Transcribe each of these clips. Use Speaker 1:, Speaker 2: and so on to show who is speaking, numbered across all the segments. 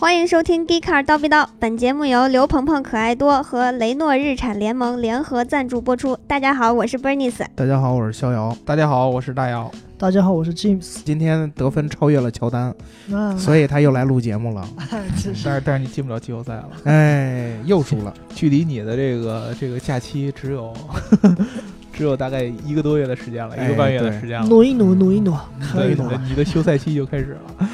Speaker 1: 欢迎收听《g e e k a r 叨逼叨》，本节目由刘鹏鹏可爱多和雷诺日产联盟联合赞助播出。大家好，我是 Bernice。
Speaker 2: 大家好，我是逍遥。
Speaker 3: 大家好，我是大 姚。
Speaker 4: 大家好，我是 James。
Speaker 2: 今天得分超越了乔丹，
Speaker 4: 那
Speaker 3: 嗯
Speaker 2: 所以他又来录节目 了。
Speaker 4: 真是
Speaker 3: 但是但是你进不了季后赛了，
Speaker 2: 哎，又输了。
Speaker 3: 距离你的这个这个假期只有 只有大概一个多月的时间了，
Speaker 2: 哎
Speaker 3: 一个半月的时间了。
Speaker 4: 努一努，努一努，可
Speaker 3: 对
Speaker 4: 以
Speaker 3: 你
Speaker 2: 努
Speaker 4: 的
Speaker 3: 的。你的休赛期就开始了。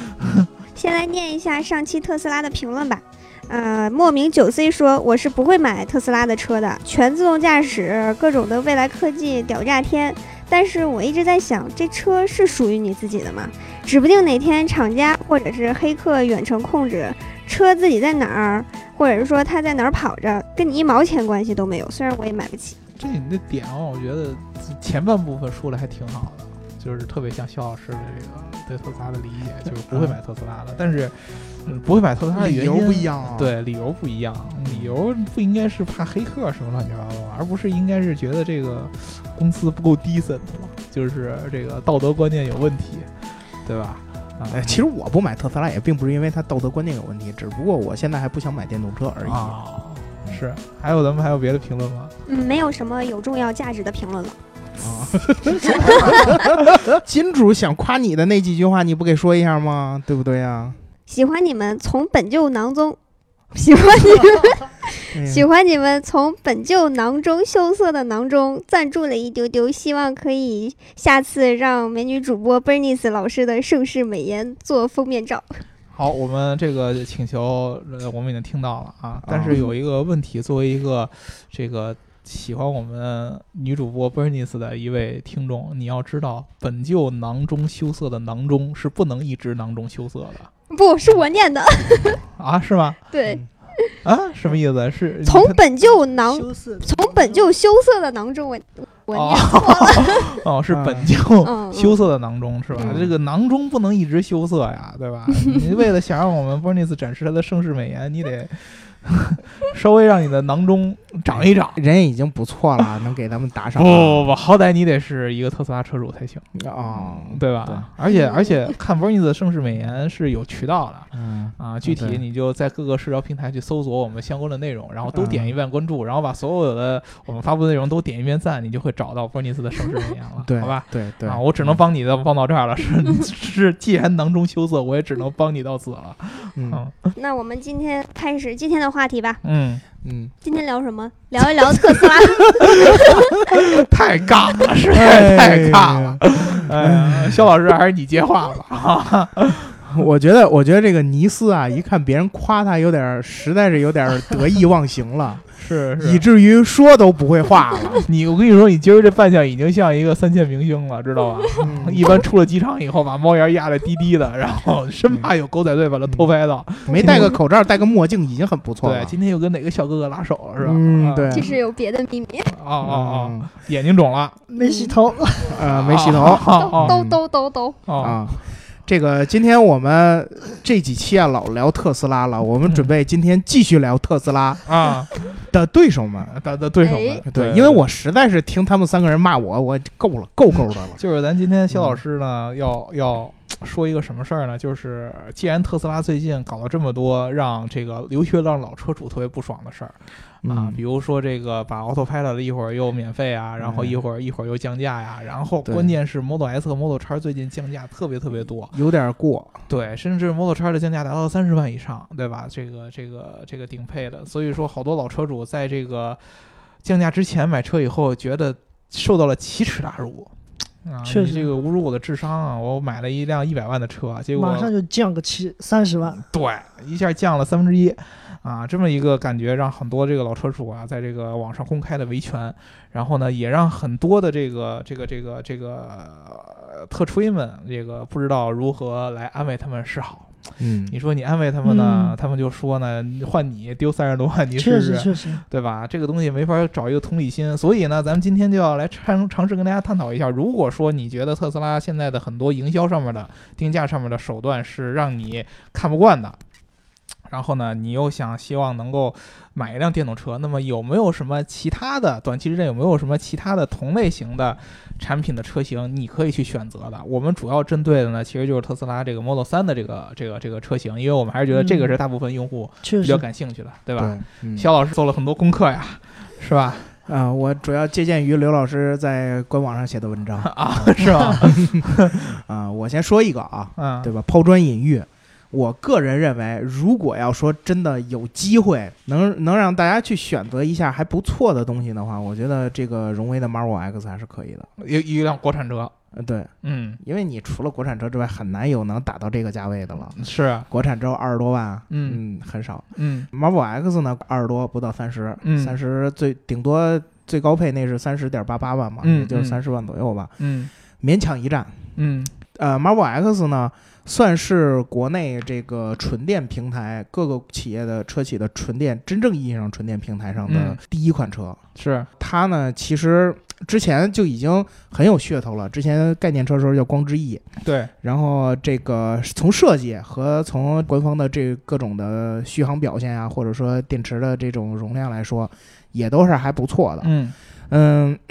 Speaker 1: 先来念一下上期特斯拉的评论吧。呃，莫名九 C 说我是不会买特斯拉的车的，全自动驾驶，各种的未来科技屌炸天。但是我一直在想，这车是属于你自己的吗？指不定哪天厂家或者是黑客远程控制车自己在哪儿，或者是说它在哪儿跑着，跟你一毛钱关系都没有。虽然我也买不起，
Speaker 3: 这你的点啊，我觉得前半部分说的还挺好的，就是特别像肖老师的这个对特斯拉的理解，就是不会买特斯拉的，但是嗯不会买特斯拉的
Speaker 2: 理
Speaker 3: 原
Speaker 2: 由
Speaker 3: 因
Speaker 2: 不一样啊。，
Speaker 3: 对，理由不一样，理由不应该是怕黑客什么乱七八糟的，而不是应该是觉得这个公司不够 decent，就是这个道德观念有问题，对吧？啊，
Speaker 2: 哎，其实我不买特斯拉也并不是因为它道德观念有问题，只不过我现在还不想买电动车而已。
Speaker 3: 啊，是。还有咱们还有别的评论吗？
Speaker 1: 嗯，没有什么有重要价值的评论了。
Speaker 2: 啊 金主想夸你的那几句话，你不给说一下吗？对不对啊呀、
Speaker 1: 喜欢你们从本就囊中，喜欢你们。
Speaker 2: 哎呀
Speaker 1: 喜欢你们从本就囊中羞涩的囊中赞助了一丢丢，希望可以下次让美女主播 Bernice 老师的盛世美颜做封面照。
Speaker 3: 好，我们这个请求，呃，我们已经听到了啊，但
Speaker 2: 啊
Speaker 3: 是有一个问题，作为一个这个喜欢我们女主播 Bernice 的一位听众，你要知道，本就囊中羞涩的囊中是不能一直囊中羞涩的
Speaker 1: 不是我念的，
Speaker 3: 啊，是吗？
Speaker 2: 哎嗯
Speaker 1: 对，
Speaker 3: 啊，什么意思？是
Speaker 1: 从本就囊，
Speaker 4: 羞涩，
Speaker 1: 从本就羞涩的囊中，我我念 错了，
Speaker 3: 哦，是
Speaker 2: 嗯
Speaker 3: 本就
Speaker 1: 嗯，
Speaker 3: 羞涩的囊中是吧？
Speaker 2: 嗯
Speaker 3: 这个囊中不能一直羞涩呀，对吧？你为了想让我们 Bernice 展示她的盛世美颜，你得 稍微让你的囊中长一长。
Speaker 2: 人已经不错了，能给咱们打赏
Speaker 3: 不
Speaker 2: 吗
Speaker 3: 不不，好歹你得是一个特斯拉车主才行，
Speaker 2: 啊。
Speaker 3: 对吧？
Speaker 2: 对
Speaker 3: 而且而且看 Bernice 的盛世美颜是有渠道的。
Speaker 2: 嗯，
Speaker 3: 啊，具体
Speaker 2: 对
Speaker 3: 你就在各个社交平台去搜索我们相关的内容，然后都
Speaker 2: 嗯
Speaker 3: 点一遍关注，然后把所有的我们发布的内容都点一遍赞，你就会找到 Bernice 的盛世美颜了
Speaker 2: ，对，
Speaker 3: 好吧？？
Speaker 2: 对对嗯
Speaker 3: 啊，我只能帮你到帮到这儿了，是 是，既然囊中羞涩，我也只能帮你到此了。
Speaker 2: 嗯
Speaker 1: 那我们今天开始今天的话题吧。
Speaker 3: 嗯，
Speaker 2: 嗯，
Speaker 1: 今天聊什么？聊一聊特斯拉。
Speaker 3: 太尬了，实
Speaker 2: 哎
Speaker 3: 在 太尬了。哎呀，肖老师，还是你接话吧。 啊
Speaker 2: 我觉得，我觉得这个尼斯啊，一看别人夸他，有点儿实在是有点儿得意忘形了，
Speaker 3: 是
Speaker 2: 以
Speaker 3: 是，
Speaker 2: 至于说都不会话了。
Speaker 3: 你我跟你说，你今儿这扮相已经像一个三线明星了，知道吧？
Speaker 2: 嗯
Speaker 3: 一般出了机场以后，把猫眼压得低低的，然
Speaker 2: 嗯
Speaker 3: 后生怕有狗仔队把他偷拍到。
Speaker 2: 没戴个口罩，戴个墨镜已经很不错
Speaker 3: 对，
Speaker 2: 了。
Speaker 3: 今天又跟哪个小哥哥拉手了是吧？
Speaker 2: 嗯 对
Speaker 1: 其实有别的秘密，
Speaker 3: 哦哦哦，眼睛肿了，
Speaker 4: 没洗头，
Speaker 2: 哦，嗯呃，没洗头
Speaker 3: 哦
Speaker 1: 兜兜兜兜。
Speaker 3: 哦哦，
Speaker 2: 啊。这个今天我们这几期啊老聊特斯拉了，我们准备今天继续聊特斯拉
Speaker 3: 啊，
Speaker 2: 的对手们。
Speaker 3: 的的对手们，
Speaker 2: 对，因为我实在是听他们三个人骂我，我够了，够够的了。
Speaker 3: 就是咱今天肖老师呢，要要说一个什么事儿呢？就是既然特斯拉最近搞了这么多让这个留学让老车主特别不爽的事儿啊
Speaker 2: 嗯，
Speaker 3: 比如说这个把 Autopilot 一会儿又免费啊，然后一会儿一会儿又降价呀、然后
Speaker 2: 对
Speaker 3: 关键是 Model S 和 Model X 最近降价特别特别多，
Speaker 2: 有点过，
Speaker 3: 对，甚至 Model X 的降价达到三十万以上，对吧？这个这个这个顶配的，所以说好多老车主在这个降价之前买车以后，觉得受到了奇耻大辱。啊，
Speaker 4: 确
Speaker 3: 你
Speaker 4: 实
Speaker 3: 这个侮辱我的智商啊！我买了一辆一百万的车，啊结果
Speaker 4: 马上就降个七三十万。
Speaker 3: 对一下降了三分之一，啊，这么一个感觉，让很多这个老车主啊，在这个网上公开的维权，然后呢，也让很多的这个这个这个这个、呃特吹们，这个不知道如何来安慰他们示好。
Speaker 2: 嗯
Speaker 3: 你说你安慰他们呢，
Speaker 4: 嗯
Speaker 3: 他们就说呢，换你丢三十多万，你试
Speaker 4: 确实
Speaker 3: 试，
Speaker 4: 确实，
Speaker 3: 对吧？这个东西没法找一个同理心，所以呢，咱们今天就要来尝尝试跟大家探讨一下，如果说你觉得特斯拉现在的很多营销上面的定价上面的手段是让你看不惯的。然后呢，你又想希望能够买一辆电动车，那么有没有什么其他的短期之内有没有什么其他的同类型的产品的车型你可以去选择的？我们主要针对的呢，其实就是特斯拉这个 Model 3的这个这个这个车型，因为我们还是觉得这个是大部分用户
Speaker 4: 确
Speaker 3: 比较
Speaker 4: 实
Speaker 3: 感兴趣的，对
Speaker 2: 对
Speaker 3: 吧？
Speaker 2: 吧？嗯
Speaker 3: 肖老师做了很多功课呀， 是吧？
Speaker 2: 啊，我主要借鉴于刘老师在官网上写的文章
Speaker 3: 啊，是 吧？
Speaker 2: 啊。我先说一个啊，
Speaker 3: 嗯，
Speaker 2: 对吧？抛砖引玉。我个人认为，如果要说真的有机会能能让大家去选择一下还不错的东西的话，我觉得这个荣威的 Marvel X 还是可以的。
Speaker 3: 一一辆国产车，
Speaker 2: 呃，对，
Speaker 3: 嗯，
Speaker 2: 因为你除了国产车之外，很难有能打到这个价位的了。
Speaker 3: 是啊，
Speaker 2: 国产只有二十多万，
Speaker 3: 嗯
Speaker 2: 嗯，很少。
Speaker 3: 嗯
Speaker 2: Marvel X 呢，二十多不到三十、
Speaker 3: 嗯
Speaker 2: 三十最顶多最高配那是三十点八八万嘛，
Speaker 3: 嗯
Speaker 2: 也就是
Speaker 3: 嗯
Speaker 2: 三十万左右吧，
Speaker 3: 嗯
Speaker 2: 勉强一战。
Speaker 3: 嗯
Speaker 2: 呃，Marvel X 呢，算是国内这个纯电平台各个企业的车企的纯电真正意义上纯电平台上的
Speaker 3: 嗯
Speaker 2: 第一款车。
Speaker 3: 是，
Speaker 2: 它呢，其实之前就已经很有噱头了，之前概念车的时候叫光之翼，
Speaker 3: 对，
Speaker 2: 然后这个从设计和从官方的这各种的续航表现啊，或者说电池的这种容量来说，也都是还不错的。
Speaker 3: 嗯
Speaker 2: 嗯，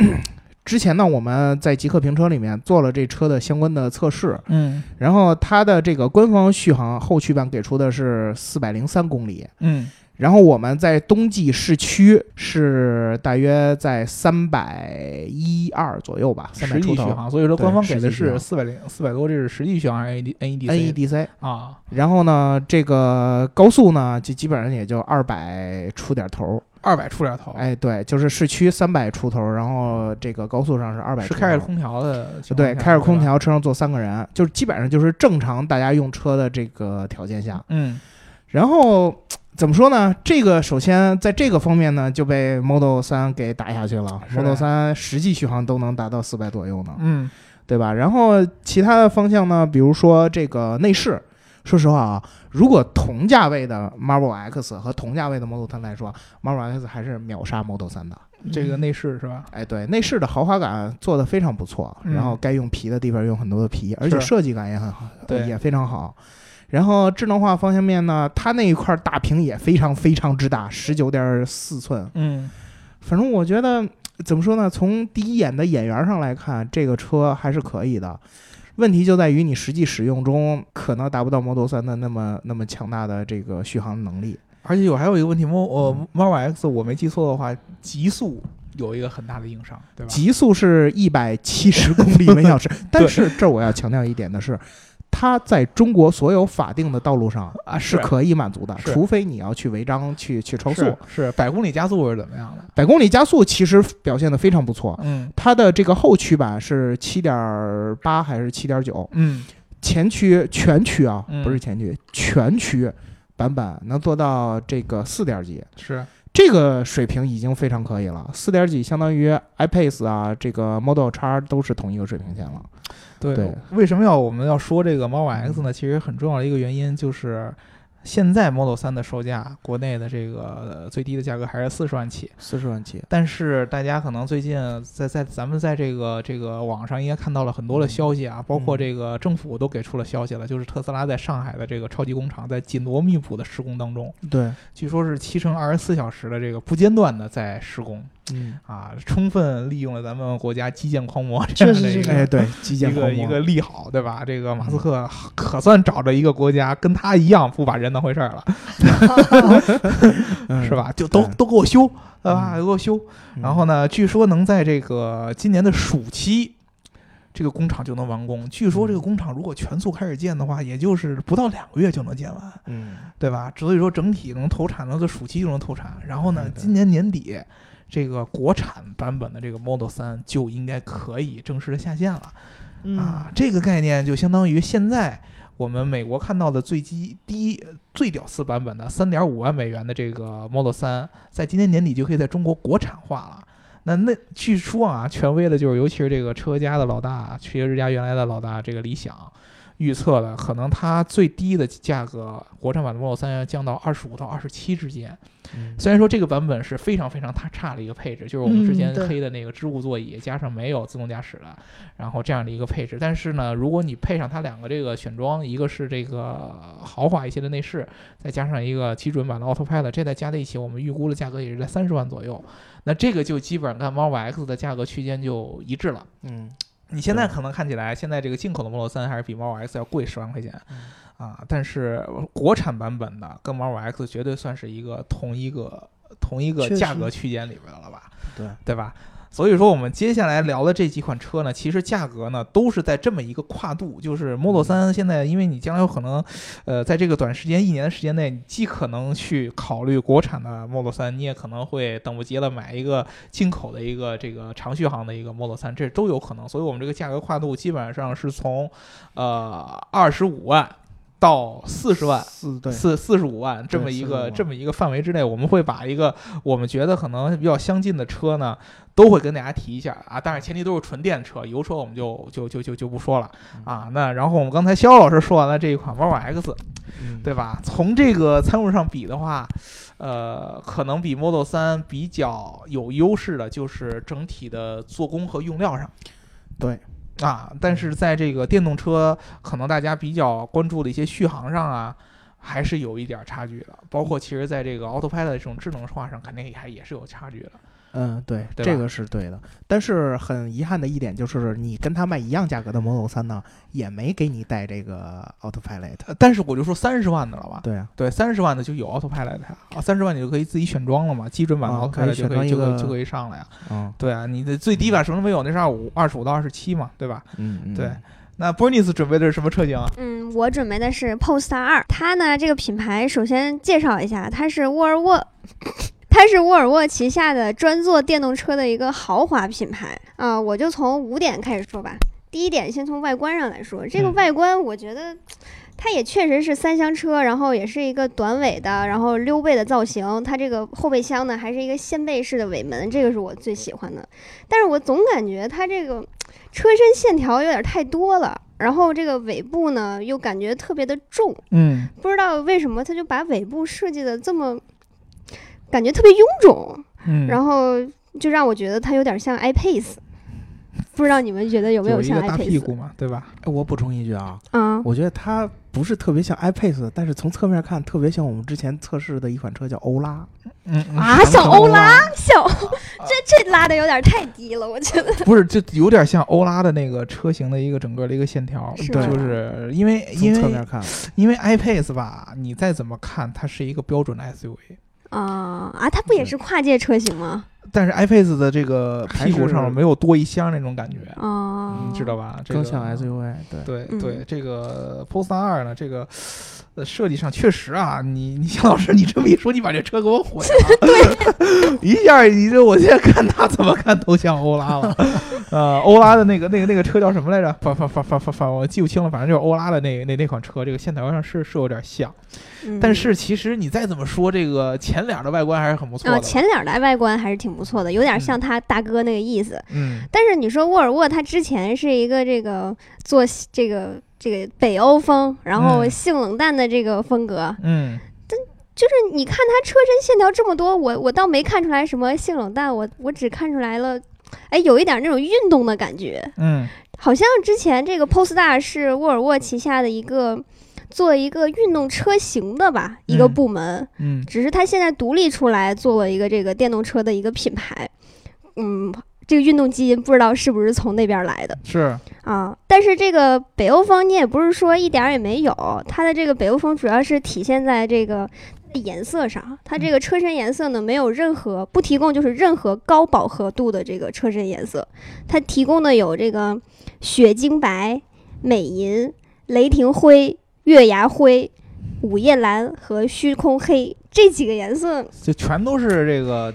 Speaker 2: 之前呢，我们在极客评车里面做了这车的相关的测试，
Speaker 3: 嗯
Speaker 2: 然后它的这个官方续航后驱版给出的是四百零三公里，
Speaker 3: 嗯
Speaker 2: 然后我们在冬季市区是大约在三百一二左右吧，三百
Speaker 3: 实
Speaker 2: 出
Speaker 3: 际续
Speaker 2: 头。
Speaker 3: 航，所以说官方
Speaker 2: 对
Speaker 3: 给
Speaker 2: 实
Speaker 3: 的
Speaker 2: 际续
Speaker 3: 是
Speaker 2: 航
Speaker 3: 四百零四百多，这是实际续航还是 AD AED
Speaker 2: NEDC，
Speaker 3: E 啊？
Speaker 2: E 然后呢，这个高速呢，就基本上也就二百出点头。
Speaker 3: 二百出点头，，
Speaker 2: 哎，对，就是市区三百出头，然后这个高速上是二百。
Speaker 3: 是开着空调的情况下，
Speaker 2: 对，开着空
Speaker 3: 吧，
Speaker 2: 调，车上坐三个人，就是基本上就是正常大家用车的这个条件下。
Speaker 3: 嗯
Speaker 2: 然后怎么说呢？这个首先在这个方面呢，就被 Model 3给打下去了。
Speaker 3: 是
Speaker 2: Model 3实际续航都能达到四百左右呢，
Speaker 3: 嗯
Speaker 2: 对吧？然后其他的方向呢，比如说这个内饰，说实话啊，如果同价位的 Marvel X 和同价位的 Model 3来说，Marvel X 还是秒杀 Model 3的。
Speaker 3: 这个内饰是吧？
Speaker 2: 哎，对，内饰的豪华感做得非常不错，
Speaker 3: 嗯
Speaker 2: 然后该用皮的地方用很多的皮，而且设计感也很好，呃
Speaker 3: 对
Speaker 2: 也非常好。然后智能化方向面呢，它那一块大屏也非常非常之大，十九点四寸。
Speaker 3: 嗯
Speaker 2: 反正我觉得怎么说呢，从第一眼的眼缘上来看，这个车还是可以的。问题就在于你实际使用中可能达不到 Model 3的那么那么强大的这个续航能力。
Speaker 3: 而且我还有一个问题，Mo 呃
Speaker 2: 嗯
Speaker 3: Model X 我没记错的话，极速有一个很大的硬伤，对吧？
Speaker 2: 极速是一百七十公里每 小时，但是这儿我要强调一点的是，它在中国所有法定的道路上
Speaker 3: 啊
Speaker 2: 是可以满足的，
Speaker 3: 是
Speaker 2: 除非你要去违章去去超速
Speaker 3: 是。是百公里加速是怎么样的？
Speaker 2: 百公里加速其实表现的非常不错，
Speaker 3: 嗯
Speaker 2: 它的这个后驱版是七点八还是七点九，
Speaker 3: 嗯
Speaker 2: 前驱全驱啊
Speaker 3: 嗯，
Speaker 2: 不是前驱，全驱版本能做到这个四点几，
Speaker 3: 是
Speaker 2: 这个水平已经非常可以了，四点几相当于 iPace 啊，这个 Model X 都是同一个水平线了。
Speaker 3: 对
Speaker 2: 对
Speaker 3: 为什么要我们要说这个 Model X 呢？其实很重要的一个原因就是。现在 Model 3的售价，国内的这个呃最低的价格还是四十万起，
Speaker 2: 四十万起，
Speaker 3: 但是大家可能最近在在咱们在这个这个网上应该看到了很多的消息啊，包括这个政府都给出了消息了，就是特斯拉在上海的这个超级工厂在紧锣密鼓的施工当中，
Speaker 2: 对，
Speaker 3: 据说是七乘二十四小时的这个不间断的在施工
Speaker 2: 嗯，
Speaker 3: 啊，充分利用了咱们国家基建狂魔这
Speaker 4: 确
Speaker 3: 样
Speaker 4: 实
Speaker 3: 的一
Speaker 4: 是这
Speaker 3: 个
Speaker 4: 样。
Speaker 2: 哎，对，基
Speaker 3: 一
Speaker 2: 建嗯狂
Speaker 3: 个
Speaker 2: 魔
Speaker 3: 一个利好，对吧？这个马斯克可算找着一个国家跟他一样不把人当回事儿了，
Speaker 2: 嗯
Speaker 3: 是吧？就都
Speaker 2: 对
Speaker 3: 都给我修，对吧？
Speaker 2: 嗯
Speaker 3: 都给我修，
Speaker 2: 嗯
Speaker 3: 然后呢，据说能在这个今年的暑期，这个工厂就能完工。据
Speaker 2: 嗯
Speaker 3: 说这个工厂如果全速开始建的话，也就是不到两个月就能建完，
Speaker 2: 嗯，
Speaker 3: 对吧？所以说整体能投产，能在暑期就能投产。然后呢，
Speaker 2: 对对
Speaker 3: 今年年底。这个国产版本的这个 Model 3就应该可以正式的下线了、
Speaker 4: 嗯
Speaker 3: 啊！这个概念就相当于现在我们美国看到的最低低最屌丝版本的三点五万美元的这个 Model 3，在今年年底就可以在中国国产化了。那那据说啊，权威的就是，尤其是这个车家的老大，汽车之家原来的老大，这个理想，预测的，可能它最低的价格，国产版的 Model 3要降到二十五到二十七之间。
Speaker 2: 嗯
Speaker 3: 虽然说这个版本是非常非常差差的一个配置，就是我们
Speaker 4: 嗯
Speaker 3: 之前
Speaker 4: 对
Speaker 3: 黑的那个织物座椅加上没有自动驾驶的，然后这样的一个配置，但是呢，如果你配上它两个这个选装，一个是这个豪华一些的内饰，再加上一个基准版的 Autopilot，这再加在一起，我们预估的价格也是在三十万左右。那这个就基本上跟 Model X 的价格区间就一致了。
Speaker 2: 嗯，
Speaker 3: 你现在
Speaker 2: 对
Speaker 3: 可能看起来，现在这个进口的 Model 3还是比 Model X 要贵十万块钱，
Speaker 4: 嗯
Speaker 3: 啊，但是国产版本的跟 Model X 绝对算是一个同一个同一个
Speaker 4: 确实
Speaker 3: 价格区间里边的了吧？
Speaker 2: 对，
Speaker 3: 对吧？所以说，我们接下来聊的这几款车呢，其实价格呢都是在这么一个跨度，就是 Model 3现在，因为你将来有可能，呃，在这个短时间一年的时间内，你既可能去考虑国产的 Model 3，你也可能会等不及了买一个进口的一个这个长续航的一个 Model 3，这都有可能。所以我们这个价格跨度基本上是从，呃，二十五万到四十万，
Speaker 2: 四对
Speaker 3: 四四十五万这
Speaker 2: 对
Speaker 3: 么一
Speaker 2: 45
Speaker 3: 个
Speaker 2: 万
Speaker 3: 这么一个范围之内，我们会把一个我们觉得可能比较相近的车呢，都会跟大家提一下啊。当然前提都是纯电车，油车我们就就就就就不说了啊。那然后我们刚才肖老师说完了这一款 Model X，
Speaker 2: 嗯
Speaker 3: 对吧？从这个参数上比的话，呃，可能比 Model 3比较有优势的就是整体的做工和用料上。
Speaker 2: 对。
Speaker 3: 啊，但是在这个电动车，可能大家比较关注的一些续航上啊，还是有一点儿差距的。包括其实在这个 Autopilot 这种智能化上，肯定也还也是有差距的。
Speaker 2: 嗯，对，
Speaker 3: 对
Speaker 2: 这
Speaker 3: 吧
Speaker 2: 个是对的。但是很遗憾的一点就是，你跟他卖一样价格的 Model 3呢，也没给你带这个 Autopilot。
Speaker 3: 呃但是我就说三十万的了吧，
Speaker 2: 对啊，
Speaker 3: 对，三十万的就有 Autopilot 呀啊，三十万你就可以自己选装了嘛，基准版的
Speaker 2: 啊可以
Speaker 3: Autopilot 就
Speaker 2: 选
Speaker 3: 可
Speaker 2: 装
Speaker 3: 以
Speaker 2: 一
Speaker 3: 就可以
Speaker 2: 个
Speaker 3: 就可以上了呀。
Speaker 2: 嗯
Speaker 3: 对啊，你的最低版什么都没有，那是二五二十五到二十七嘛，对吧？
Speaker 2: 嗯，嗯
Speaker 3: 对，那 Bernice 准备的是什么车型啊？
Speaker 1: 嗯，我准备的是 Polestar 二，它呢这个品牌首先介绍一下，它是沃尔沃。它是沃尔沃旗下的专做电动车的一个豪华品牌啊、我就从五点开始说吧。第一点，先从外观上来说，这个
Speaker 3: 嗯
Speaker 1: 外观我觉得它也确实是三厢车，然后也是一个短尾的，然后溜背的造型。它这个后备箱呢还是一个掀背式的尾门，这个是我最喜欢的。但是我总感觉它这个车身线条有点太多了，然后这个尾部呢又感觉特别的重，
Speaker 3: 嗯，
Speaker 1: 不知道为什么它就把尾部设计的这么感觉特别臃肿，
Speaker 3: 嗯
Speaker 1: 然后就让我觉得它有点像 iPace，不知道你们觉得有没
Speaker 3: 有一
Speaker 1: 像
Speaker 3: 个大屁
Speaker 1: iPace
Speaker 3: 股嘛，对吧？
Speaker 2: 哎我补充一句啊，
Speaker 1: 啊？
Speaker 2: 我觉得它不是特别像 iPace，但是从侧面看特别像我们之前测试的一款车叫欧拉。
Speaker 3: 嗯嗯
Speaker 1: 啊，像欧拉，像 欧，这这拉的有点太低了，我觉得。
Speaker 3: 不是，就有点像欧拉的那个车型的一个整个的一个线条，
Speaker 1: 是
Speaker 2: 吧
Speaker 3: 就是因为
Speaker 2: 从
Speaker 3: 因
Speaker 2: 侧面
Speaker 3: 为
Speaker 2: 看，
Speaker 3: 因为 iPace 吧，你再怎么看，它是一个标准的 SUV，嗯
Speaker 1: 啊啊，它不也是跨界车型吗？
Speaker 3: 但是 iPace 的这个
Speaker 2: 还
Speaker 3: 屁股
Speaker 2: 是
Speaker 3: 上没有多一箱那种感觉，
Speaker 1: 啊，
Speaker 3: 你嗯知道吧？这
Speaker 2: 更
Speaker 3: 个
Speaker 2: 像 SUV。对，嗯
Speaker 3: 对
Speaker 1: 嗯
Speaker 3: 对，这个 Polestar 二呢，这个呃设计上确实啊，你你向老师，你这么一说，你把这车给我毁 了， 一下儿你这我现在看它怎么看都像欧拉了。 呃，欧拉的那个那个那个车叫什么来着？反反反反反反，我记不清了，反正就是欧拉的那那那款车，这个线条上是是有点像，
Speaker 1: 嗯
Speaker 3: 但是其实你再怎么说，这个前脸的外观还是很不错嗯
Speaker 1: 啊，
Speaker 3: 的。
Speaker 1: 前脸的外观还是挺不错的，有点像他大哥那个意思。
Speaker 3: 嗯，
Speaker 1: 但是你说沃尔沃，它之前是一个这个做西这个这个北欧风，然后
Speaker 3: 嗯
Speaker 1: 性冷淡的这个风格，
Speaker 3: 嗯，
Speaker 1: 就是你看它车身线条这么多，我我倒没看出来什么性冷淡，我我只看出来了，哎，有一点那种运动的感觉，
Speaker 3: 嗯，
Speaker 1: 好像之前这个 Polestar 是沃尔沃旗下的一个做一个运动车型的吧，一个
Speaker 3: 嗯
Speaker 1: 部门。
Speaker 3: 嗯，
Speaker 1: 只是它现在独立出来做了一个这个电动车的一个品牌，嗯，这个运动基因不知道是不是从那边儿来的
Speaker 3: 是，
Speaker 1: 啊。但是这个北欧风你也不是说一点儿也没有，它的这个北欧风主要是体现在这个颜色上，它这个车身颜色呢没有任何不提供就是任何高饱和度的这个车身颜色，它提供的有这个雪晶白、美银、雷霆灰、月牙灰。午夜蓝和虚空黑这几个颜色，
Speaker 3: 就全都是这个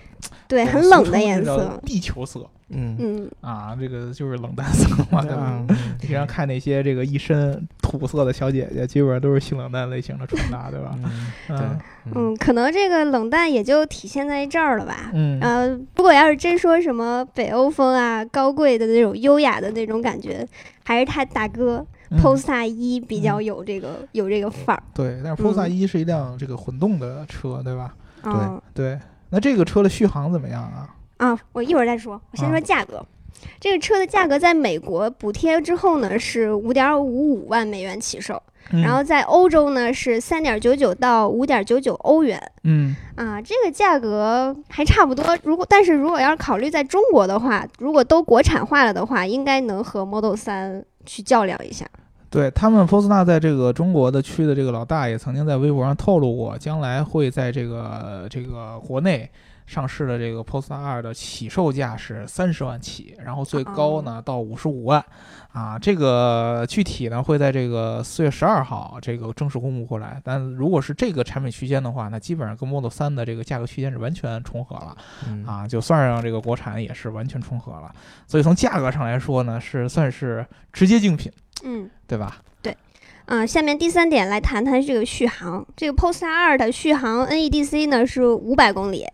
Speaker 1: 对，
Speaker 3: 我们
Speaker 1: 很
Speaker 3: 俗
Speaker 1: 冷
Speaker 3: 称
Speaker 1: 的
Speaker 3: 那
Speaker 1: 颜
Speaker 3: 叫
Speaker 1: 色。
Speaker 3: 地球色。
Speaker 2: 嗯，
Speaker 1: 嗯，
Speaker 3: 啊，这个就是冷淡色嘛，对吧？
Speaker 2: 嗯
Speaker 3: 你平常看那些这个一身土色的小姐姐，基本上都是性冷淡类型的穿搭，对吧？
Speaker 2: 嗯
Speaker 3: 嗯
Speaker 2: 对，
Speaker 1: 嗯，可能这个冷淡也就体现在这儿了吧。
Speaker 3: 嗯
Speaker 1: 呃，如果要是真说什么北欧风啊、高贵的那种优雅的那种感觉，还是他大哥
Speaker 3: 嗯
Speaker 1: Polestar 一比较有这个、有这个范儿。
Speaker 3: 对，但是 Polestar
Speaker 1: 嗯
Speaker 3: 一是一辆这个混动的车，对吧？
Speaker 1: 对
Speaker 3: 对，那这个车的续航怎么样啊？
Speaker 1: 啊，我一会儿再说，我先
Speaker 3: 啊
Speaker 1: 说价格。这个车的价格在美国补贴之后呢是五点五五万美元起售，
Speaker 3: 嗯
Speaker 1: 然后在欧洲呢是三点九九到五点九九欧元
Speaker 3: 嗯，
Speaker 1: 啊，这个价格还差不多。如果但是如果要是考虑在中国的话，如果都国产化了的话，应该能和 Model 三去较量一下。
Speaker 3: 嗯，对他们 Polestar 在这个中国的区的这个老大也曾经在微博上透露过，将来会在这个这个国内。上市的这个 Polestar 二的起售价是三十万起，然后最高呢到五十五万，啊，这个具体呢会在这个四月十二号这个正式公布过来。但如果是这个产品区间的话，那基本上跟 Model 3的这个价格区间是完全重合了。
Speaker 2: 嗯
Speaker 3: 啊，就算上这个国产也是完全重合了，所以从价格上来说呢，是算是直接竞品，
Speaker 1: 嗯，
Speaker 3: 对吧？
Speaker 1: 嗯，下面第三点来谈谈这个续航。这个 Polestar 二的续航 NEDC 呢是五百公里。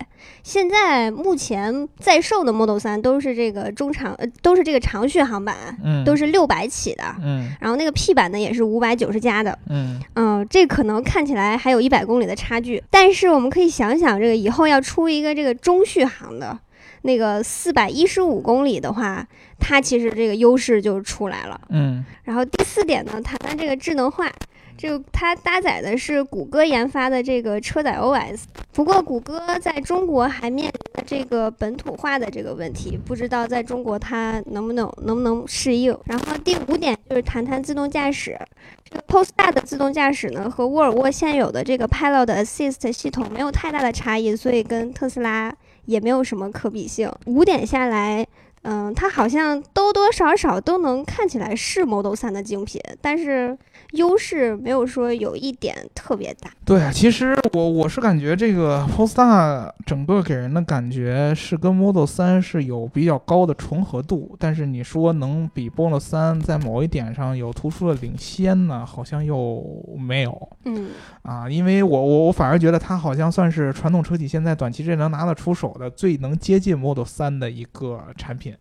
Speaker 1: 现在目前在售的 Model 三都是这个中长，呃，都是这个长续航版，
Speaker 3: 嗯，
Speaker 1: 都
Speaker 3: 是，
Speaker 1: 是六百起的。
Speaker 3: 嗯
Speaker 1: 然后那个 P 版呢也是五百九十加的，
Speaker 3: 嗯
Speaker 1: 嗯、这可能看起来还有一百公里的差距，但是我们可以想想，这个以后要出一个这个中续航的，那个四百一十五公里的话，它其实这个优势就出来了。
Speaker 3: 嗯
Speaker 1: 然后第四点呢，谈谈这个智能化。这个它搭载的是谷歌研发的这个车载 OS，不过谷歌在中国还面临着这个本土化的这个问题，不知道在中国它能不能能不能适应。然后第五点就是谈谈自动驾驶，这个 Polestar 的自动驾驶呢和沃尔沃现有的这个 Pilot Assist 系统没有太大的差异，所以跟特斯拉也没有什么可比性。五点下来，嗯，它好像多多少少都能看起来是 Model 3的精品，但是优势没有说有一点特别大。
Speaker 3: 对，其实我我是感觉这个 Polestar 整个给人的感觉是跟 Model 3是有比较高的重合度，但是你说能比 Model 3在某一点上有突出的领先呢，好像又没有。
Speaker 1: 嗯
Speaker 3: 啊，因为我我我反而觉得它好像算是传统车企现在短期之内能拿得出手的最能接近 Model 3的一个产品。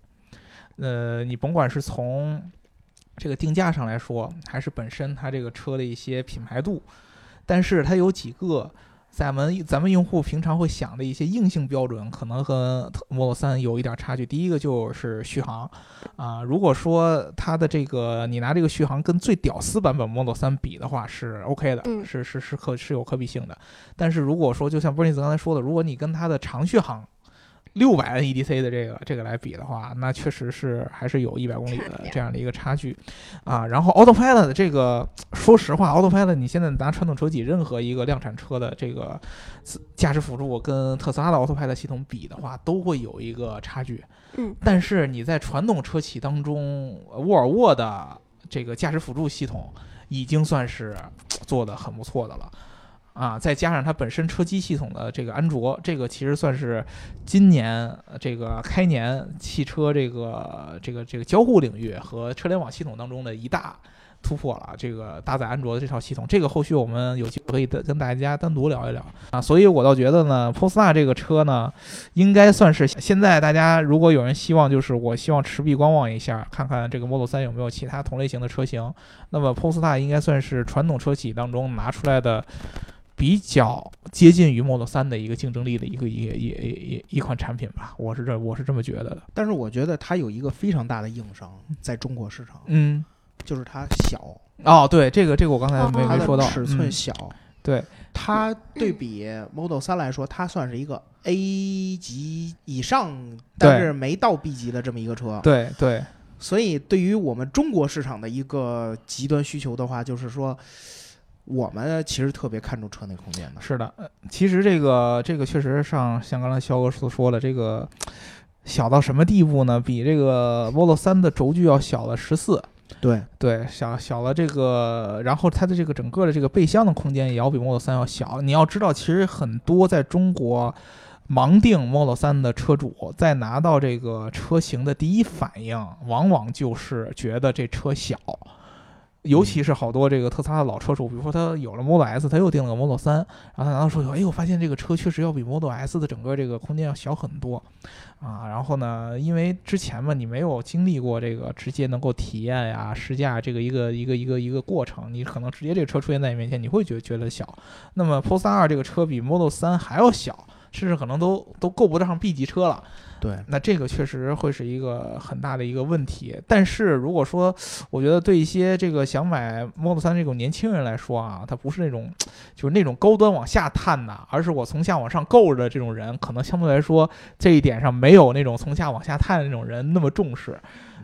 Speaker 3: 呃，你甭管是从这个定价上来说，还是本身它这个车的一些品牌度，但是它有几个咱们咱们用户平常会想的一些硬性标准，可能和 Model 3有一点差距。第一个就是续航啊，如果说它的这个你拿这个续航跟最屌丝版本 Model 3比的话是 OK 的，
Speaker 1: 嗯
Speaker 3: 是是是可是有可比性的。但是如果说就像 b e r n i c e 刚才说的，如果你跟它的长续航六百 NEDC 的这个这个来比的话，那确实是还是有一百公里
Speaker 1: 差
Speaker 3: 的
Speaker 1: 点儿
Speaker 3: 这样的一个差距啊。然后 Autopilot 这个，说实话，Autopilot 你现在拿传统车企任何一个量产车的这个自驾驶辅助跟特斯拉的 Autopilot 系统比的话，都会有一个差距。
Speaker 1: 嗯，
Speaker 3: 但是你在传统车企当中，呃沃尔沃的这个驾驶辅助系统已经算是做的很不错的了。啊，再加上它本身车机系统的这个安卓，这个其实算是今年呃这个开年汽车这个这个这个交互领域和车联网系统当中的一大突破了。啊这个搭载安卓的这套系统，这个后续我们有机会可以跟跟大家单独聊一聊啊。所以我倒觉得呢，Polestar 这个车呢，应该算是现在大家如果有人希望，就是我希望持币观望一下，看看这个 Model 3有没有其他同类型的车型。那么 Polestar 应该算是传统车企当中拿出来的比较接近于 Model 3的一个竞争力的一个一个一一一一款产品吧，我是这我是这么觉得的。
Speaker 2: 但是我觉得它有一个非常大的硬伤，在中国市场，
Speaker 3: 嗯，
Speaker 2: 就是它小，
Speaker 3: 哦，对，这个这个我刚才
Speaker 1: 哦
Speaker 3: 没
Speaker 2: 它
Speaker 3: 没说
Speaker 2: 的
Speaker 3: 到
Speaker 2: 尺寸
Speaker 3: 嗯
Speaker 2: 小。
Speaker 3: 对，
Speaker 2: 它对比 Model 3来说，它算是一个 A 级以上，但
Speaker 3: 对
Speaker 2: 是没到 B 级的这么一个车。
Speaker 3: 对对，
Speaker 2: 所以，对于我们中国市场的一个极端需求的话，就是说，我们其实特别看重车内空间的。
Speaker 3: 是的，呃其实这个这个确实上像刚才肖哥所说的，这个小到什么地步呢？比这个 Model 3的轴距要小了十四，
Speaker 2: 对，
Speaker 3: 对，小小了这个，然后它的这个整个的这个备箱的空间也要比 Model 3要小。你要知道，其实很多在中国盲定 Model 3的车主，在拿到这个车型的第一反应，往往就是觉得这车小。尤其是好多这个特斯拉的老车主，比如说他有了 Model S，他又订了个 Model 三，然后他拿到手以后，哎，我发现这个车确实要比 Model S 的整个这个空间要小很多，啊，然后呢，因为之前嘛，你没有经历过这个直接能够体验呀、试驾这个一个一个一个一个过程，你可能直接这个车出现在你面前，你会觉觉得小。那么 p o l e 三二这个车比 Model 三还要小，甚至可能都都够不上 B 级车了。
Speaker 2: 对，
Speaker 3: 那这个确实会是一个很大的一个问题。但是如果说，我觉得对一些这个想买 Model 3这种年轻人来说啊，他不是那种就是那种高端往下探呐，而是我从下往上够着的这种人，可能相对来说这一点上没有那种从下往下探的那种人那么重视，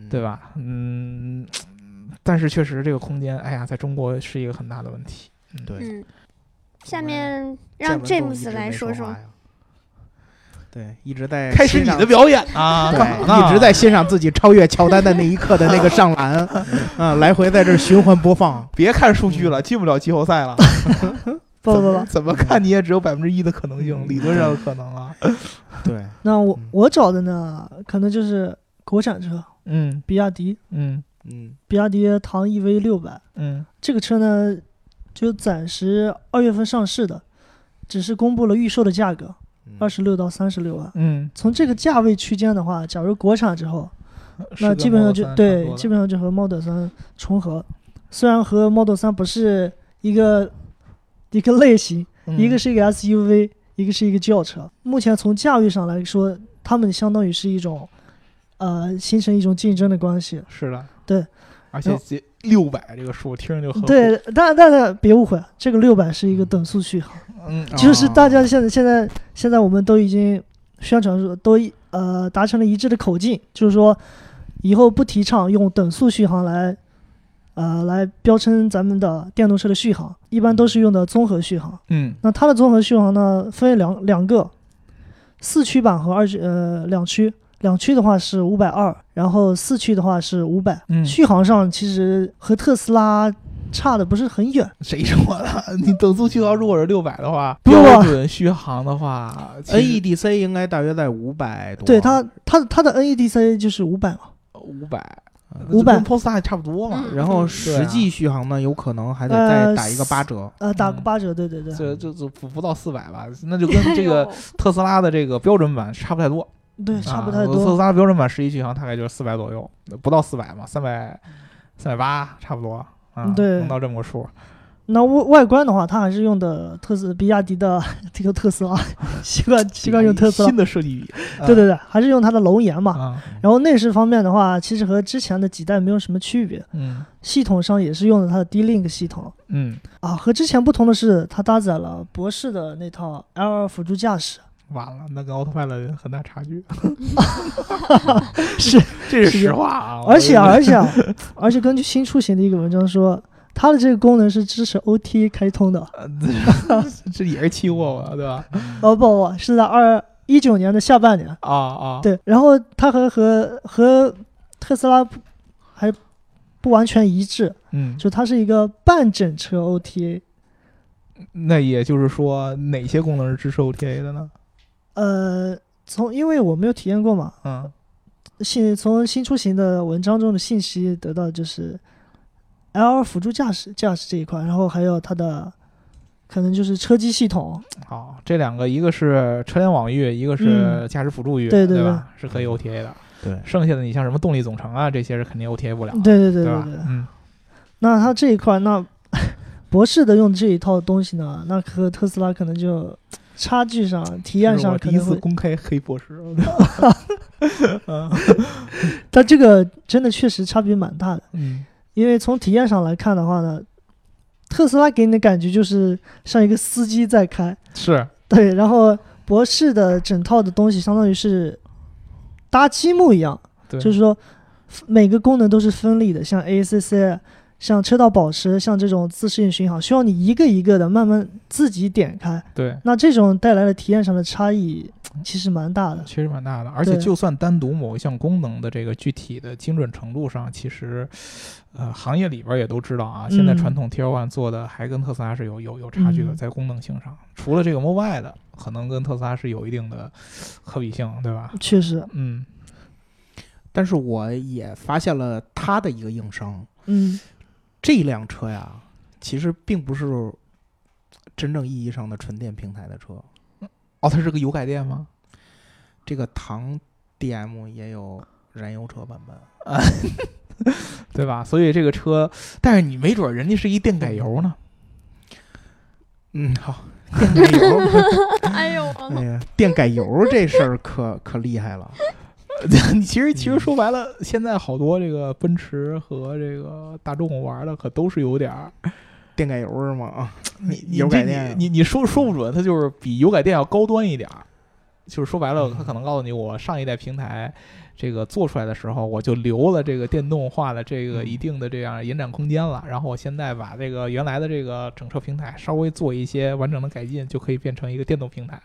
Speaker 3: 对
Speaker 2: 吧？
Speaker 3: 吧？嗯，但是确实这个空间，哎呀，在中国是一个很大的问题。嗯，
Speaker 2: 对
Speaker 1: 嗯，下
Speaker 2: 我
Speaker 1: 面让 James 来说说。
Speaker 2: 对，一直在
Speaker 3: 开始你的表演啊，
Speaker 2: 对
Speaker 3: 干嘛呢？
Speaker 2: 一直在欣赏自己超越乔丹的那一刻的那个上 篮，嗯，来回在这儿循环播放。
Speaker 3: 别看数据了，进不了季后赛了。
Speaker 4: 不不不，
Speaker 3: 怎么看你也只有百分之一的可能性，
Speaker 2: 嗯
Speaker 3: 理论上的可能 啊。
Speaker 2: 对，
Speaker 4: 那我
Speaker 2: 嗯
Speaker 4: 我找的呢，可能就是国产车，
Speaker 3: 嗯
Speaker 4: 比亚迪，
Speaker 3: 嗯
Speaker 2: 嗯
Speaker 4: 比亚迪唐 EV 六百
Speaker 3: 嗯
Speaker 4: 这个车呢，就暂时二月份上市的，只是公布了预售的价格，二十六到三十六万。
Speaker 3: 嗯，
Speaker 4: 从这个价位区间的话，假如国产之后，
Speaker 3: 是
Speaker 4: 那
Speaker 3: 跟
Speaker 4: 基本上
Speaker 3: Model
Speaker 4: 就
Speaker 3: 3差不
Speaker 4: 对，
Speaker 3: 多的
Speaker 4: 基本上就和 Model 三重合。虽然和 Model 三不是一个一个类型，
Speaker 3: 嗯
Speaker 4: 一个是一个 SUV，一个是一个轿车。目前从驾驭上来说，它们相当于是一种，呃，形成一种竞争的关系。
Speaker 3: 是的，
Speaker 4: 对，
Speaker 3: 而且
Speaker 4: 然后
Speaker 3: 这六百这个数听着就很
Speaker 4: 对，但但但别误会，啊这个六百是一个等速续航，
Speaker 3: 嗯
Speaker 4: 就是大家现在现在现在我们都已经宣传说都一呃达成了一致的口径，就是说以后不提倡用等速续航来。呃，来标称咱们的电动车的续航，一般都是用的综合续航。
Speaker 3: 嗯
Speaker 4: 那它的综合续航呢，分为两两个，四驱版和二驱呃两驱。两驱的话是五百二，然后四驱的话是五百、
Speaker 3: 嗯
Speaker 4: 续航上其实和特斯拉差的不是很远，
Speaker 3: 谁说的？ 你等速续航如果是六百的话，
Speaker 4: 不啊哎
Speaker 3: 标准续航的话其实
Speaker 2: ，NEDC E 应该大约在五百多。啊
Speaker 4: 对它它它的 NEDC 就是五百嘛，
Speaker 3: 五百
Speaker 2: 嗯
Speaker 4: 500
Speaker 3: p o s t 差不多嘛。
Speaker 1: 嗯
Speaker 2: 然后
Speaker 3: 对啊
Speaker 2: 实际续航呢，有可能还得再
Speaker 4: 呃
Speaker 2: 打一个八折。
Speaker 4: 呃，打个
Speaker 3: 嗯
Speaker 4: 八折，对对对，
Speaker 3: 这这这不不到四百吧，那就
Speaker 1: 哎
Speaker 3: 跟 这个特斯拉的这个标准版差不太多，
Speaker 4: 对，差不太
Speaker 3: 啊特
Speaker 4: 多。
Speaker 3: 斯拉标准版十一续航大概就是四百左右，不到四百嘛，三百三百八差不多。啊，
Speaker 4: 对
Speaker 3: 能到这么个数，
Speaker 4: 那外外观的话，它还是用的特斯比亚迪的这个特 斯拉，习惯习惯用特斯拉
Speaker 3: 新，的设计语言，
Speaker 4: 对对对，还是用它的龙岩嘛。
Speaker 3: 啊，
Speaker 4: 然后内饰方面的话，其实和之前的几代没有什么区别，
Speaker 3: 嗯
Speaker 4: 系统上也是用了它的 D-Link 系统
Speaker 3: 嗯，
Speaker 4: 啊。和之前不同的是，它搭载了博士的那套 L2 辅助驾驶，
Speaker 3: 完了，那跟奥特曼的很大差距，
Speaker 4: 是，
Speaker 3: 这 是
Speaker 4: 是
Speaker 3: 实话啊。
Speaker 4: 而且啊而且啊 而且根据新出行的一个文章说，它的这个功能是支持 OTA 开通的。
Speaker 3: 呃，这这也是期货嘛，对吧？
Speaker 4: 哦不不，是在二一九年的下半年。
Speaker 3: 啊啊，
Speaker 4: 对，然后它和和和特斯拉不还不完全一致，
Speaker 3: 嗯，
Speaker 4: 就它是一个半整车 OTA。
Speaker 3: 那也就是说，哪些功能是支持 OTA 的呢？
Speaker 4: 呃，从因为我没有体验过嘛，
Speaker 3: 嗯
Speaker 4: 信从新出行的文章中的信息得到就是 L 辅助驾驶驾驶这一块，然后还有它的可能就是车机系统，
Speaker 3: 好，这两个一个是车联网域，一个是
Speaker 4: 嗯
Speaker 3: 驾驶辅助域，
Speaker 4: 对
Speaker 3: 对
Speaker 4: 对
Speaker 3: 吧？是可以 OTA 的。
Speaker 2: 对
Speaker 3: 剩下的你像什么动力总成啊，这些是肯定 OTA 不了的，
Speaker 4: 对对对
Speaker 3: 啊吧
Speaker 4: 对。？
Speaker 3: 嗯
Speaker 4: 那它这一块，那 博士的用这一套东西呢，那和特斯拉可能就差距上、体验
Speaker 3: 这是
Speaker 4: 上
Speaker 3: 我
Speaker 4: 可
Speaker 3: 第一
Speaker 4: 能
Speaker 3: 次
Speaker 4: 会，
Speaker 3: 公开黑博士， 嗯
Speaker 4: 但这个真的确实差别蛮大的。
Speaker 3: 嗯
Speaker 4: 因为从体验上来看的话呢，特斯拉给你的感觉就是像一个司机在开，
Speaker 3: 是
Speaker 4: 对，然后博士的整套的东西相当于是搭积木一样，
Speaker 3: 对，
Speaker 4: 就是说每个功能都是分立的，像 ACC、像车道保持、像这种自适应巡航，需要你一个一个的慢慢自己点开。
Speaker 3: 对。
Speaker 4: 那这种带来的体验上的差异其实蛮大的。
Speaker 3: 确实蛮大的，而且
Speaker 4: 对
Speaker 3: 就算单独某一项功能的这个具体的精准程度上，其实，呃，行业里边也都知道啊，现在
Speaker 4: 嗯
Speaker 3: 传统 Tier One 做的还跟特斯拉是有有有差距的，
Speaker 4: 嗯
Speaker 3: 在功能性上，除了这个 Mobile 的，可能跟特斯拉是有一定的可比性，对吧？
Speaker 4: 确实，
Speaker 3: 嗯
Speaker 2: 但是我也发现了它的一个硬伤，
Speaker 4: 嗯，
Speaker 2: 这辆车呀，其实并不是真正意义上的纯电平台的车。
Speaker 3: 哦，它是个油改电吗？
Speaker 2: 这个唐 DM 也有燃油车版本，
Speaker 3: 对吧？所以这个车，但是你没准儿人家是一电改油呢。
Speaker 2: 嗯，好，电改油，
Speaker 5: 哎呦，我
Speaker 2: 哎呀，电改油这事儿可可厉害 了。
Speaker 3: 你其实其实说白了，现在好多这个奔驰和这个大众玩的可都是有点儿，
Speaker 2: 电改油是吗？啊，
Speaker 3: 你你
Speaker 2: 油
Speaker 3: 这
Speaker 2: 改电啊
Speaker 3: 你你你说说不准，它就是比油改电要高端一点儿。就是说白了，
Speaker 2: 嗯
Speaker 3: 它可能告诉你，我上一代平台这个做出来的时候，我就留了这个电动化的这个
Speaker 2: 嗯
Speaker 3: 一定的这样延展空间了。然后我现在把这个原来的这个整车平台稍微做一些完整的改进，就可以变成一个电动平台。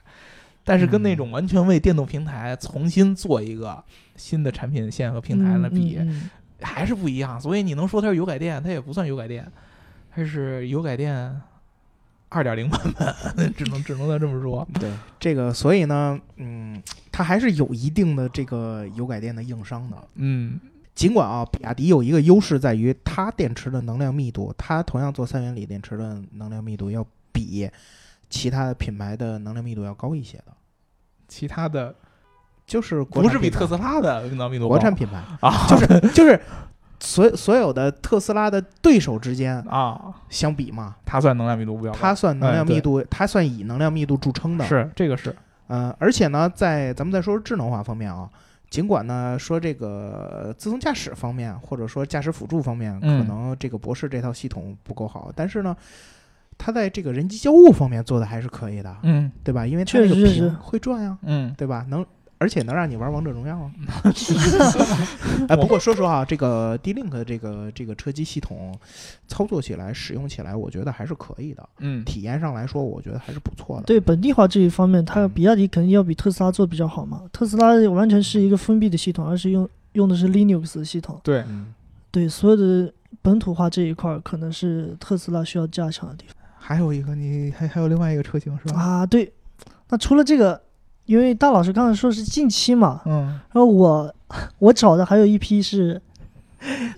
Speaker 3: 但是跟那
Speaker 2: 嗯
Speaker 3: 种完全为电动平台重新做一个新的产品线和平台来比，
Speaker 4: 嗯嗯嗯
Speaker 3: 还是不一样。所以你能说它是油改电，它也不算油改电，它是油改电二点零版本， 只能只能咱这么说。
Speaker 2: 对，这个所以呢，嗯，它还是有一定的这个油改电的硬伤的。
Speaker 3: 嗯
Speaker 2: 尽管啊，比亚迪有一个优势在于它电池的能量密度，它同样做三元锂电池的能量密度要比其他的品牌的能量密度要高一些的，，
Speaker 3: 其他的
Speaker 2: 就是国
Speaker 3: 不
Speaker 2: 产
Speaker 3: 是比
Speaker 2: 品牌
Speaker 3: 特斯拉的能密度高
Speaker 2: 国产品牌
Speaker 3: 啊，
Speaker 2: 就是就是所所有的特斯拉的对手之间
Speaker 3: 啊，
Speaker 2: 相比嘛，
Speaker 3: 它算能量密度比较高，
Speaker 2: 它算能量
Speaker 3: 哎对
Speaker 2: 密度，它算以能量密度著称的。
Speaker 3: 是这个是
Speaker 2: 呃，而且呢，在咱们再说说智能化方面啊，尽管呢说这个呃自动驾驶方面，或者说驾驶辅助方面，可
Speaker 3: 嗯
Speaker 2: 能这个博士这套系统不够好，但是呢，它在这个人机交互方面做的还是可以的，
Speaker 3: 嗯
Speaker 2: 对吧？因为它
Speaker 4: 确
Speaker 2: 这个
Speaker 4: 实确实
Speaker 2: 屏会转呀、
Speaker 3: 嗯
Speaker 2: 对吧？能。而且能让你玩王者荣 耀啊！哎，不过说实话啊，这个 D-Link 这个这个车机系统操作起来、使用起来，我觉得还是可以的。
Speaker 3: 嗯
Speaker 2: 体验上来说，我觉得还是不错的。
Speaker 4: 对本地化这一方面，它比亚迪肯定要比特斯拉做比较好嘛。特斯拉完全是一个封闭的系统，而是用用的是 Linux 的系统。
Speaker 3: 对
Speaker 2: 嗯，
Speaker 4: 对所有的本土化这一块儿，可能是特斯拉需要加强的地
Speaker 3: 还有一个你还还有另外一个车型是
Speaker 4: 方
Speaker 3: 吧？
Speaker 4: 啊。对，那除了这个，因为大老师刚才说是近期嘛，
Speaker 3: 嗯，
Speaker 4: 然后我我找的还有一批是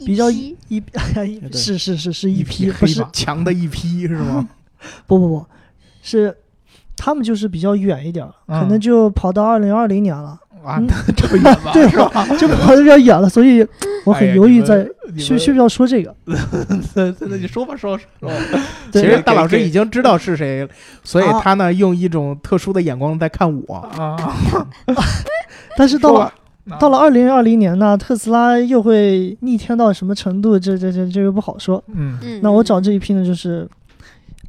Speaker 4: 比较
Speaker 1: 一批
Speaker 4: 一
Speaker 2: 对
Speaker 4: 是是是是一批，不
Speaker 2: 黑
Speaker 4: 是
Speaker 2: 马强的一批是吗？
Speaker 4: 不不不，是他们就是比较远一点儿，可
Speaker 3: 嗯
Speaker 4: 能就跑到二零二零年了，
Speaker 3: 啊
Speaker 4: 嗯，
Speaker 3: 这么远吗？
Speaker 4: 对
Speaker 3: 是吧？
Speaker 4: 就跑的比较远了，所以我
Speaker 3: 哎呀
Speaker 4: 很犹豫
Speaker 3: 你们
Speaker 4: 在
Speaker 3: 你们
Speaker 4: 需需不需要说这个。
Speaker 3: 那那你说吧，说吧说吧。
Speaker 2: 其
Speaker 4: 对
Speaker 2: 实大老师已经知道是谁了，所以
Speaker 4: 啊
Speaker 2: 他呢用一种特殊的眼光在看我。
Speaker 3: 啊，
Speaker 4: 但是到
Speaker 3: 说
Speaker 4: 了
Speaker 2: 啊
Speaker 3: 吧
Speaker 4: 到了二零二零年呢，特斯拉又会逆天到什么程度？这这这这又不好说。
Speaker 3: 嗯
Speaker 1: 嗯，
Speaker 4: 那我找这一批呢，就是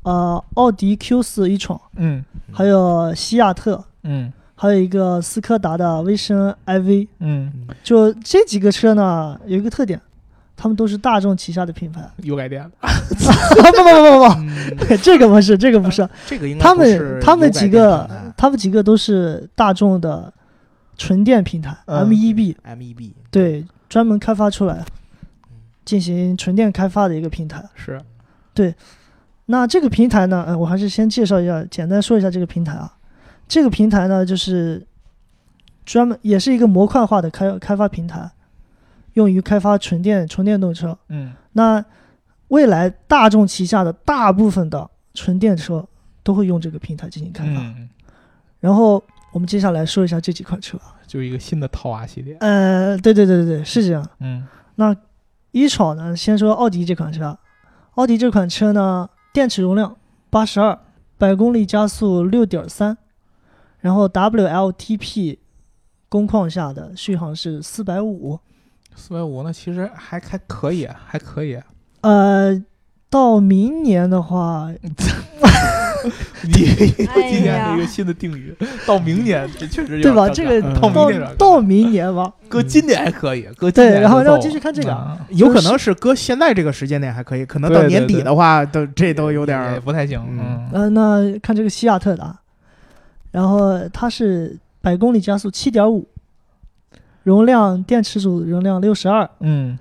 Speaker 4: 呃，奥迪 Q 四一闯，
Speaker 3: 嗯
Speaker 4: 还有西亚特，
Speaker 3: 嗯
Speaker 4: 还有一个斯柯达的威绅 iV。
Speaker 3: 嗯，
Speaker 4: 就这几个车呢，有一个特点，他们都是大众旗下的品牌。
Speaker 3: 油改电
Speaker 4: 不不不
Speaker 2: 嗯，
Speaker 4: 不不，这个不是，这个不是，
Speaker 2: 这个应该
Speaker 4: 他
Speaker 2: 不是
Speaker 4: 们他们
Speaker 2: 油改啊
Speaker 4: 几
Speaker 2: 电
Speaker 4: 个他们几个都是大众的纯电平台
Speaker 3: 嗯
Speaker 4: MEB。
Speaker 2: 平台 MEB
Speaker 4: 对，专门开发出来进行纯电开发的一个平台。
Speaker 3: 是
Speaker 4: 那这个平台呢，嗯，我还是先介绍一下，简单说一下这个平台啊。这个平台呢，就是专门也是一个模块化的开开发平台，用于开发纯电纯电动车。
Speaker 3: 嗯
Speaker 4: 那未来大众旗下的大部分的纯电车都会用这个平台进行开发。
Speaker 3: 嗯，
Speaker 4: 然后我们接下来说一下这几款车啊。
Speaker 3: 就一个新的套娃系列。
Speaker 4: 呃，对对对对对，是这样。
Speaker 3: 嗯
Speaker 4: 一炒呢，先说奥迪这款车，奥迪这款车呢，电池容量八十二，百公里加速六点三，然后 WLTP 工况下的续航是四百五，，
Speaker 3: 四百五呢，其实还还可以，啊还可 以。
Speaker 4: 呃，到明年的话，
Speaker 3: 你
Speaker 5: 哎
Speaker 3: 今年
Speaker 5: 呀
Speaker 3: 的一个新的定语，到明年这确实有点
Speaker 4: 对吧？
Speaker 3: 尴尬嗯
Speaker 4: 这个
Speaker 2: 到
Speaker 4: 到
Speaker 3: 明年吧
Speaker 4: 到明年吧，
Speaker 3: 搁今年还可以，搁今
Speaker 4: 对，
Speaker 3: 年
Speaker 4: 然后
Speaker 3: 就
Speaker 4: 让我
Speaker 3: 揍
Speaker 4: 继续看这个啊，
Speaker 3: 啊
Speaker 2: 有可能是搁现在这个时间点还可以，可能到
Speaker 3: 对对
Speaker 2: 年底
Speaker 3: 对
Speaker 2: 的话，都这都有点
Speaker 3: 也
Speaker 2: 儿
Speaker 3: 不太行。
Speaker 2: 嗯
Speaker 3: 嗯
Speaker 4: 呃，那看这个西亚特的啊，然后它是百公里加速七点五，容量电池组容量六十二。
Speaker 3: 嗯，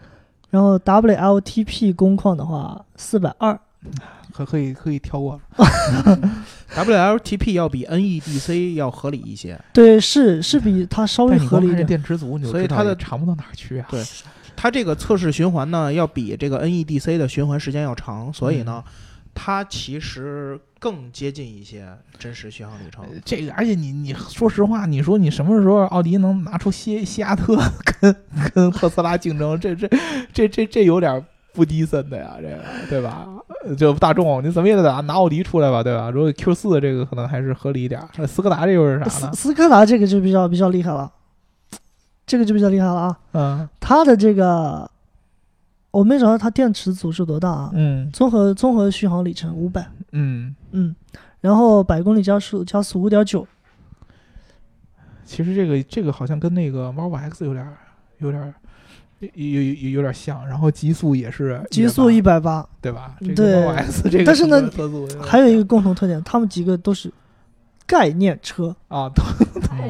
Speaker 4: 然后 WLTP 工况的话，四百二，
Speaker 3: 可可以可以跳过了。
Speaker 2: WLTP 要比 NEDC 要合理一些。
Speaker 4: 对，是是比它稍微
Speaker 3: 哎但你
Speaker 4: 合
Speaker 3: 光
Speaker 4: 理一
Speaker 3: 看这
Speaker 4: 点。
Speaker 3: 电池组，你就
Speaker 2: 所以
Speaker 3: 知道
Speaker 2: 它的
Speaker 3: 也长不到哪儿去啊。
Speaker 2: 对它这个测试循环呢，要比这个 NEDC 的循环时间要长，所以呢，它其实更接近一些真实续航里程。
Speaker 3: 这个，而且你你说实话，你说你什么时候奥迪能拿出西西亚特 跟跟特斯拉竞争？这这这这这有点不低森的呀，这个对吧？
Speaker 4: 哦
Speaker 3: 呃就大众，你怎么也得拿拿奥迪出来吧，对吧？如果 Q 四这个可能还是合理一点，那斯柯达这又是啥
Speaker 4: 斯
Speaker 3: 呢？
Speaker 4: 斯柯达这个就比较比较厉害了，这个就比较厉害了啊！
Speaker 3: 嗯
Speaker 4: 它的这个我没找到它电池组是多大啊？
Speaker 3: 嗯
Speaker 4: 综合综合续航里程五百，
Speaker 3: 嗯，
Speaker 4: 嗯，然后百公里加速加速五点九，
Speaker 3: 其实这个这个好像跟那个 Model X 有点儿有点儿有有有有点像，然后极速也是
Speaker 4: 极速一
Speaker 3: 180
Speaker 4: 百八。
Speaker 3: 对吧？这
Speaker 4: 对
Speaker 3: 个 Model X 这个
Speaker 4: 但是呢
Speaker 3: 车速点
Speaker 4: 还有一
Speaker 3: 像
Speaker 4: 个共同特点，他们几个都是概念车，
Speaker 3: 啊，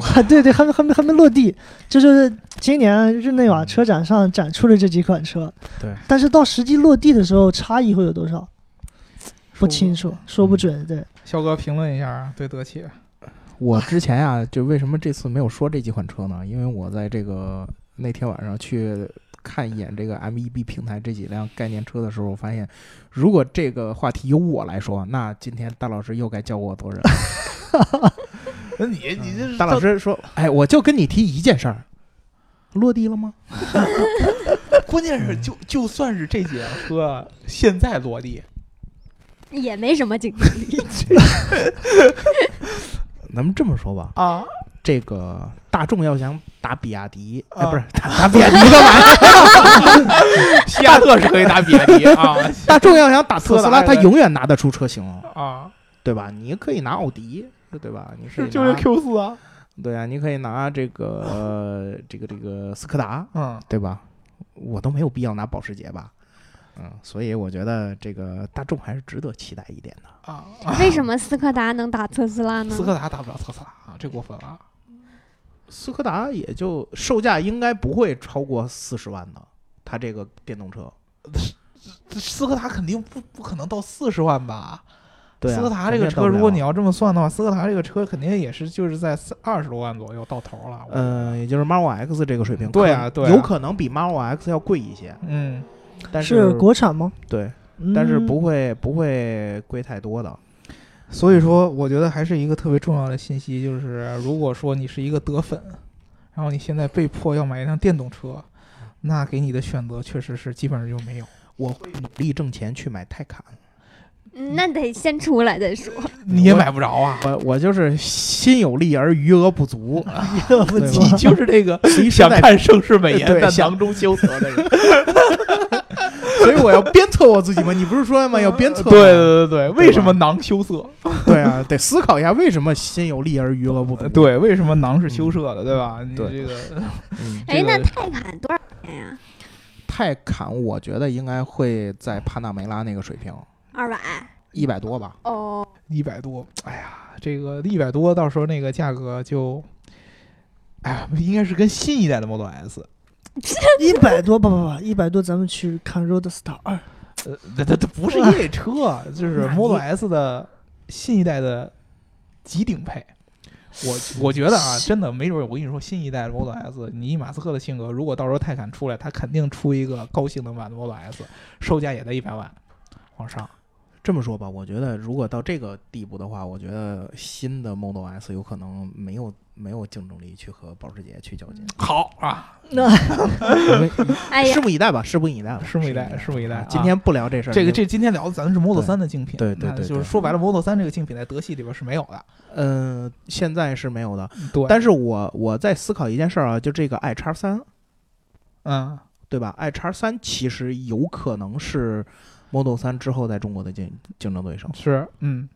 Speaker 4: 还 对对，还没还没还没落地，这就是今年日内瓦车展上展出的这几款车。
Speaker 2: 对，
Speaker 4: 但是到实际落地的时候，差异会有多少不清
Speaker 3: 楚。
Speaker 4: 楚，说
Speaker 2: 嗯
Speaker 4: 不准。对，
Speaker 3: 肖哥评论一下啊，对德系，
Speaker 2: 我之前呀、就为什么这次没有说这几款车呢？因为我在这个那天晚上去看一眼这个 MEB 平台这几辆概念车的时候，我发现，如果这个话题由我来说，那今天大老师又该叫我多人了。
Speaker 3: 那你你这
Speaker 2: 大老师说：“哎，我就跟你提一件事儿，落地了吗？
Speaker 3: 关键是 就就算是这几辆车现在落地，
Speaker 1: 嗯也没什么竞争力。
Speaker 2: 咱们这么说吧，
Speaker 3: 啊，
Speaker 2: 这个大众要想打比亚迪，哎，
Speaker 3: 啊
Speaker 2: 不是 打打比亚迪 干嘛？
Speaker 3: 西亚特是可以打比亚迪啊
Speaker 2: 大众要想打特斯拉，
Speaker 3: 特斯拉
Speaker 2: 它永远拿得出车型，
Speaker 3: 啊，
Speaker 2: 对吧？你可以拿奥迪，对吧？你可以
Speaker 3: 是
Speaker 2: 拿
Speaker 3: 就是 Q 四啊，
Speaker 2: 对啊，你可以拿这个、呃、 这个这个斯柯达，
Speaker 3: 嗯，
Speaker 2: 对吧？我都没有必要拿保时捷吧。”嗯，所以我觉得这个大众还是值得期待一点的。
Speaker 3: 啊，
Speaker 1: 为什么斯柯达能打特斯拉呢？
Speaker 3: 斯柯达打不了特斯拉啊，这过分了啊。
Speaker 2: 斯柯达也就售价应该不会超过四十万的，它这个电动车。
Speaker 3: 这斯柯达肯定不不可能到四十万吧？
Speaker 2: 对啊、
Speaker 3: 斯柯达这
Speaker 2: 肯
Speaker 3: 个
Speaker 2: 定到不
Speaker 3: 车，如果
Speaker 2: 了
Speaker 3: 你要这么算的话，斯柯达这个车肯定也是就是在二十多万左右到头了。我
Speaker 2: 呃，也就是 Model X 这个水平，
Speaker 3: 对
Speaker 2: 可
Speaker 3: 啊对啊
Speaker 2: 有可能比 Model X 要贵一些，
Speaker 3: 嗯，
Speaker 2: 但
Speaker 4: 是国产吗？
Speaker 2: 对，
Speaker 4: 嗯、
Speaker 2: 但是不会不会贵太多的。
Speaker 3: 所以说，我觉得还是一个特别重要的信息，就是如果说你是一个德粉，然后你现在被迫要买一辆电动车，那给你的选择确实是基本上就没有。
Speaker 2: 我会努力挣钱去买泰坦，
Speaker 1: 嗯那得先出来再说。
Speaker 3: 你也买不着 啊，
Speaker 2: 我我就是心有力而余额不 足，
Speaker 4: 要不
Speaker 2: 对
Speaker 4: 怎
Speaker 2: 吧
Speaker 4: 么
Speaker 3: 你就是这个
Speaker 2: 其实
Speaker 3: 想
Speaker 2: 在
Speaker 3: 看盛世 美颜，
Speaker 2: 对
Speaker 3: 但
Speaker 2: 想
Speaker 3: 囊中羞涩的人。
Speaker 2: 所以我要鞭策我自己嘛。你不是说嘛要鞭策
Speaker 3: 对
Speaker 2: 吗？
Speaker 3: 对对对，为
Speaker 2: 吧
Speaker 3: 什么囊羞涩？
Speaker 2: 对啊，得思考一下为什么心有力而余额不足。，
Speaker 3: 呃对，为什么囊是羞涩的，嗯对吧？你
Speaker 2: 对
Speaker 3: 这个
Speaker 2: 嗯，
Speaker 1: 哎，
Speaker 3: 这
Speaker 1: 那
Speaker 3: 个
Speaker 1: 泰坦多少钱呀、
Speaker 2: 泰坦我觉得应该会在帕纳梅拉那个水平，
Speaker 1: 二百。
Speaker 2: 一百多吧。
Speaker 1: 哦，
Speaker 3: 一百多，哎呀，这个一百多，到时候那个价格就，哎呀，应该是跟新一代的 Model S。
Speaker 4: 一百多？不不不，一百多，咱们去看 Roadstar 二。
Speaker 3: 呃，它它它不是越野车，啊就是
Speaker 4: 那
Speaker 3: Model
Speaker 4: 你
Speaker 3: S 的新一代的极顶配。我我觉得啊，真的没准儿，我跟你说，新一代的 Model S，你以马斯克的性格，如果到时候泰坦出来，他肯定出一个高性能版的 Model S，售价也在一百万往上。
Speaker 2: 这么说吧，我觉得如果到这个地步的话，我觉得新的 Model S 有可能没有没有竞争力去和保时捷去较劲。
Speaker 3: 好啊，
Speaker 2: 我 们
Speaker 1: 哎呀
Speaker 2: 拭，目以待吧，拭目以待吧，
Speaker 3: 嗯拭目以待，拭目以待
Speaker 2: 啊
Speaker 3: 啊。
Speaker 2: 今天不聊这事儿，
Speaker 3: 这个
Speaker 2: 因为
Speaker 3: 这今天聊的咱们是 Model
Speaker 2: 对
Speaker 3: 三的竞品，
Speaker 2: 对对
Speaker 3: 那
Speaker 2: 对
Speaker 3: 就是
Speaker 2: 对
Speaker 3: 说白了，Model 三这个竞品在德系里边是没有的。
Speaker 2: 呃现在是没有的，
Speaker 3: 对，
Speaker 2: 但是我我在思考一件事儿啊，就这个 i 叉三，
Speaker 3: 嗯，
Speaker 2: 对吧？i 叉三其实有可能是 Model 三之后在中国的竞竞争对手。
Speaker 3: 是，嗯，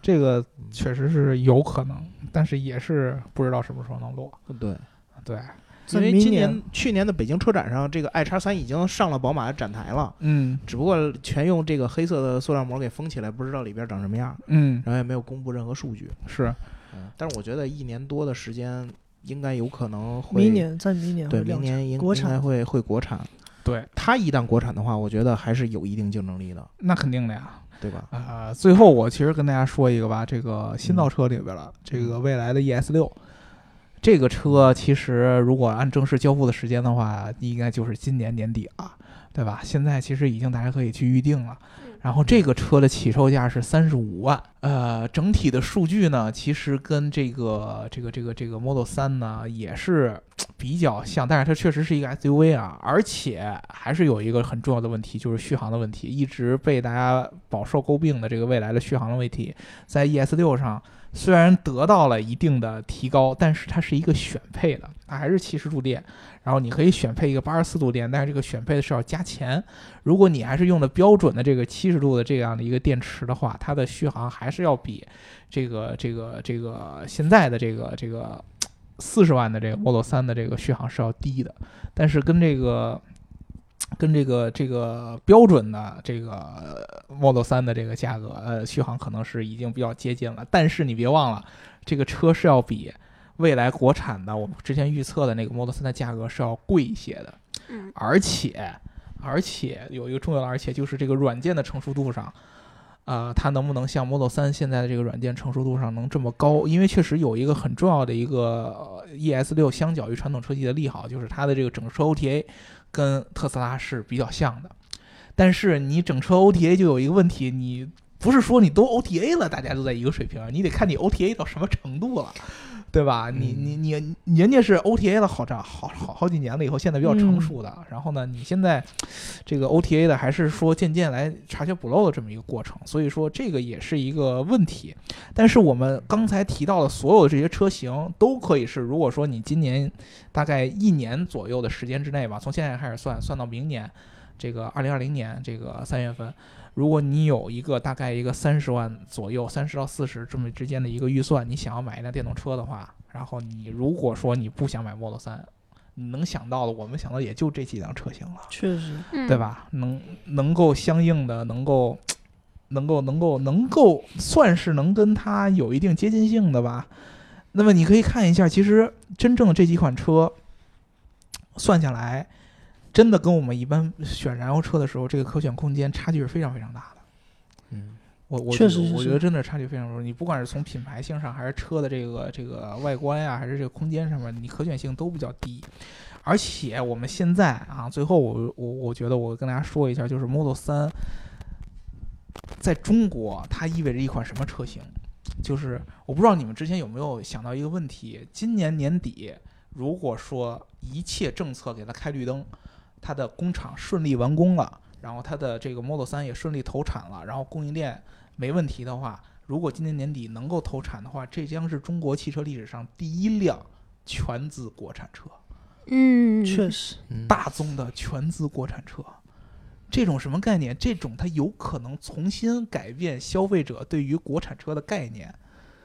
Speaker 3: 这个
Speaker 2: 嗯
Speaker 3: 确实是有可能，但是也是不知道什么时候能落。
Speaker 2: 对，
Speaker 3: 对，
Speaker 2: 因
Speaker 4: 在
Speaker 2: 为
Speaker 4: 明
Speaker 2: 今年去年的北京车展上，这个 i 叉三已经上了宝马的展台了。
Speaker 3: 嗯
Speaker 2: 只不过全用这个黑色的塑料膜给封起来，不知道里边长什么样，
Speaker 3: 嗯，
Speaker 2: 然后也没有公布任何数据。
Speaker 3: 是
Speaker 2: 嗯，但是我觉得一年多的时间，应该有可能会
Speaker 4: 明年在明年
Speaker 2: 对
Speaker 4: 会量
Speaker 2: 明
Speaker 4: 产
Speaker 2: 年应
Speaker 4: 国
Speaker 2: 应该
Speaker 4: 产
Speaker 2: 会会国产。
Speaker 3: 对，
Speaker 2: 它一旦国产的话，我觉得还是有一定竞争力的，
Speaker 3: 那肯定的呀。
Speaker 2: 对吧？
Speaker 3: 呃，最后我其实跟大家说一个吧，这个新造车里边了，这个未来的 ES E 六，这个车其实如果按正式交付的时间的话，应该就是今年年底了，对吧？现在其实已经大家可以去预定了。然后这个车的起售价是三十五万，呃，整体的数据呢，其实跟这个这个这个这个 Model 三呢也是嘖比较像，但是它确实是一个 SUV 啊，而且还是有一个很重要的问题，就是续航的问题，一直被大家饱受诟病的这个未来的续航的问题，在 ES 六上虽然得到了一定的提高，但是它是一个选配的，它还是七十度电，然后你可以选配一个八十四度电，但是这个选配是要加钱。如果你还是用的标准的这个七十度的这样的一个电池的话，它的续航还是要比这个这个这个现在的这个这个四十万的这个 Model 3的这个续航是要低的，但是跟这个。跟这个这个标准的这个呃 Model 3的这个价格，呃，续航可能是已经比较接近了。但是你别忘了，这个车是要比未来国产的我们之前预测的那个 Model 3的价格是要贵一些的。
Speaker 1: 嗯，
Speaker 3: 而且而且有一个重要的，而且就是这个软件的成熟度上，呃，它能不能像 Model 3现在的这个软件成熟度上能这么高？因为确实有一个很重要的一个呃 ES 六相较于传统车系的利好，就是它的这个整车 OTA 跟特斯拉是比较像的。但是你整车 OTA 就有一个问题，你不是说你都 OTA 了，大家都在一个水平，你得看你 OTA 到什么程度了，对吧？你你你你人家是 OTA 了好长好好好几年了以后，现在比较成熟的，然后呢，你现在这个 OTA 的还是说渐渐来查缺补漏的这么一个过程，所以说这个也是一个问题。但是我们刚才提到的所有这些车型都可以是，如果说你今年大概一年左右的时间之内吧，从现在开始算，算到明年这个二零二零年这个三月份，如果你有一个大概一个三十万左右，三十到四十这么之间的一个预算，你想要买一辆电动车的话，然后你如果说你不想买 Model 三，你能想到的，我们想到也就这几辆车型了。
Speaker 4: 确实，
Speaker 1: 嗯
Speaker 3: 对？吧？能能够相应的能够能够能够能够算是能跟它有一定接近性的吧。那么你可以看一下，其实真正这几款车算下来，真的跟我们一般选燃油车的时候，这个可选空间差距是非常非常大的。
Speaker 2: 嗯，
Speaker 3: 我我
Speaker 4: 确
Speaker 3: 觉
Speaker 4: 实
Speaker 3: 得
Speaker 4: 是
Speaker 3: 我
Speaker 4: 是
Speaker 3: 觉得真的差距非常多。你不管是从品牌性上，还是车的这个这个外观呀、还是这个空间上面，你可选性都比较低。而且我们现在啊，最后我我我觉得我跟大家说一下，就是 Model 3在中国它意味着一款什么车型？就是我不知道你们之前有没有想到一个问题，今年年底如果说一切政策给它开绿灯，它的工厂顺利完工了，然后它的这个 Model 3也顺利投产了，然后供应链没问题的话，如果今年年底能够投产的话，这将是中国汽车历史上第一辆全资国产车，
Speaker 1: 嗯，
Speaker 4: 确实，
Speaker 3: 大宗的全资国产车。这种什么概念？这种它有可能重新改变消费者对于国产车的概念。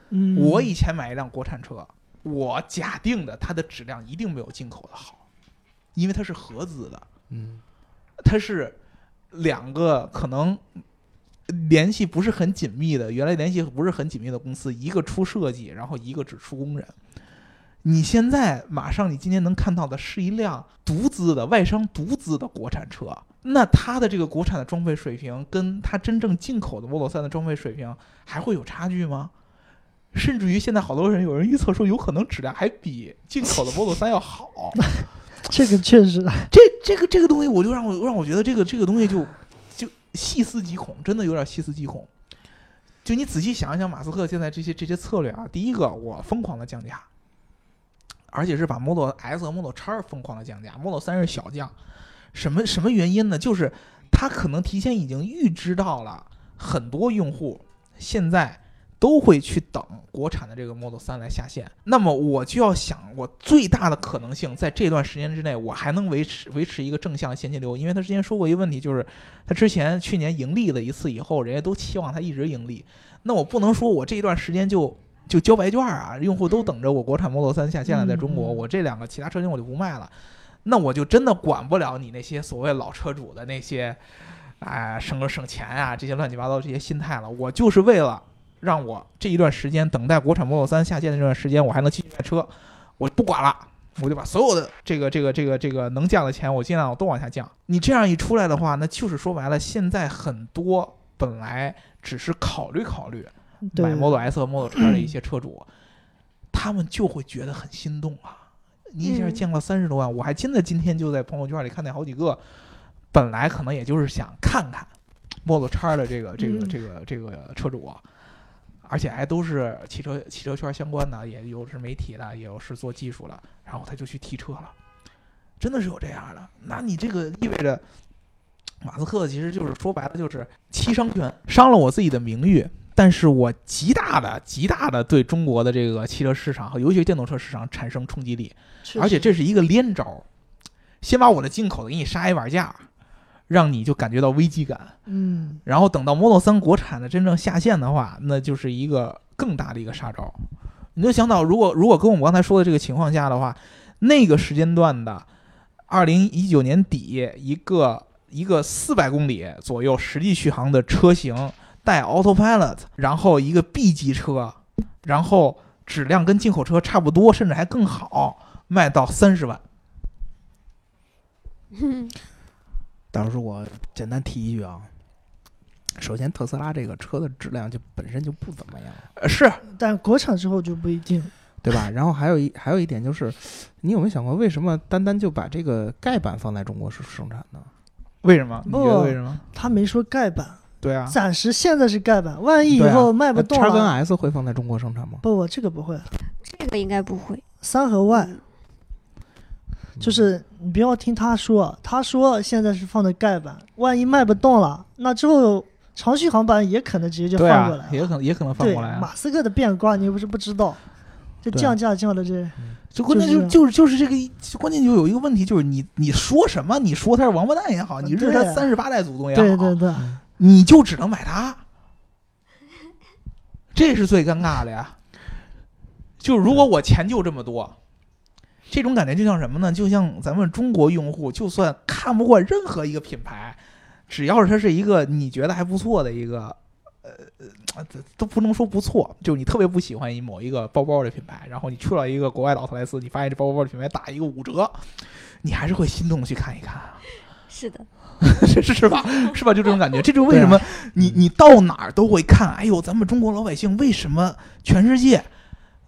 Speaker 4: 嗯，
Speaker 3: 我以前买一辆国产车，我假定的它的质量一定没有进口的好，因为它是合资的，
Speaker 2: 嗯
Speaker 3: 它是两个可能联系不是很紧密的，原来联系不是很紧密的公司，一个出设计，然后一个只出工人。你现在马上，你今天能看到的是一辆独资的外商独资的国产车，那它的这个国产的装配水平跟它真正进口的 Model 3的装配水平还会有差距吗？甚至于现在好多人有人预测说，有可能质量还比进口的 Model 3要好。
Speaker 4: 这个确实，
Speaker 3: 这这个这个东西，我就让我让我觉得这个这个东西就就细思极恐，真的有点细思极恐。就你仔细想一想，马斯克现在这些这些策略啊，第一个我疯狂的降价，而且是把 Model S 和 Model X 疯狂的降价，Model 3是小降。什么什么原因呢？就是他可能提前已经预知到了很多用户现在都会去等国产的这个 Model 3来下线。那么我就要想，我最大的可能性在这段时间之内，我还能维持维持一个正向的现金流，因为他之前说过一个问题，就是他之前去年盈利了一次以后，人家都期望他一直盈利，那我不能说我这一段时间就。 就交白卷儿啊！用户都等着我国产 Model 3下线了，在中国，
Speaker 4: 嗯嗯
Speaker 3: 我这两个其他车型我就不卖了，那我就真的管不了你那些所谓老车主的那些，哎、省个省钱啊，这些乱七八糟这些心态了。我就是为了让我这一段时间等待国产 Model 3下线的这段时间，我还能继续卖车，我不管了，我就把所有的这个这个这个这个能降的钱，我尽量都往下降。你这样一出来的话，那就是说白了，现在很多本来只是考虑考虑
Speaker 4: 对
Speaker 3: 买 Model S 和 Model X 的一些车主，他们就会觉得很心动啊。你一下
Speaker 1: 嗯
Speaker 3: 降了三十多万，我还真的今天就在朋友圈里看见好几个，本来可能也就是想看看 Model 叉的这个这个
Speaker 4: 嗯
Speaker 3: 这个这个车主啊，而且还都是汽车汽车圈相关的，也有是媒体的，也有是做技术的，然后他就去提车了，真的是有这样的。那你这个意味着，马斯克其实就是说白了就是七伤拳，伤了我自己的名誉。但是我极大的、极大的对中国的这个汽车市场和尤其是电动车市场产生冲击力，
Speaker 4: 确
Speaker 3: 而且
Speaker 4: 实
Speaker 3: 这是一个连招儿，先把我的进口的给你杀一把价，让你就感觉到危机感，
Speaker 4: 嗯
Speaker 3: 然后等到 Model 3国产的真正下线的话，那就是一个更大的一个杀招。你就想到，如果如果跟我们刚才说的这个情况下的话，那个时间段的二零一九年底，一个一个四百公里左右实际续航的车型，带 Autopilot，然后一个 B 级车，然后质量跟进口车差不多，甚至还更好，卖到三十万。
Speaker 2: 当时我简单提一句啊，首先特斯拉这个车的质量就本身就不怎 么样，
Speaker 3: 呃是
Speaker 4: 但国产之后就不一定。
Speaker 2: 对吧？然后还有一还有一点就是，你有没有想过为什么单单就把这个盖板放在中国是生产呢？
Speaker 3: 为什么？你觉得
Speaker 4: 不
Speaker 3: 为什么？
Speaker 4: 他没说盖板，
Speaker 3: 对啊，
Speaker 4: 暂时现在是盖板，万一以
Speaker 2: 对啊
Speaker 4: 后卖不动
Speaker 2: 叉跟
Speaker 4: 了，
Speaker 2: S 会放在中国生产吗？
Speaker 4: 不，我这个不会。
Speaker 1: 这个应该不会。
Speaker 4: 三和 Y
Speaker 1: 嗯
Speaker 3: 嗯
Speaker 4: 就是你不要听他说，他说现在是放的盖板，万一卖不动了，那之后长续航版也可能直接就
Speaker 3: 对
Speaker 4: 放过
Speaker 3: 啊
Speaker 4: 来，
Speaker 3: 也
Speaker 4: 了。
Speaker 3: 可能也可能翻
Speaker 4: 对，
Speaker 3: 过来啊。
Speaker 4: 马斯克的变卦你又不是不知道，这
Speaker 2: 对啊
Speaker 4: 降价降的这
Speaker 3: 就关键就
Speaker 4: 就
Speaker 3: 是就是就是这个一，就关键就有一个问题，就是你你说什么？你说他是王八蛋也好，你日
Speaker 4: 对
Speaker 3: 他三十八代祖宗也哎好，啊
Speaker 4: 对对对，
Speaker 3: 你就只能买它，这是最尴尬的呀。就如果我钱就这么多，这种感觉就像什么呢？就像咱们中国用户，就算看不惯任何一个品牌，只要是它是一个你觉得还不错的一个，呃，呃这都不能说不错，就你特别不喜欢一某一个包包的品牌，然后你去了一个国外的奥特莱斯，你发现这包包的品牌打一个五折，你还是会心动去看一看 啊。
Speaker 1: 是的，
Speaker 3: 是是吧？是吧？就这种感觉，这就是为什么你你到哪儿都会看。哎呦，咱们中国老百姓为什么全世界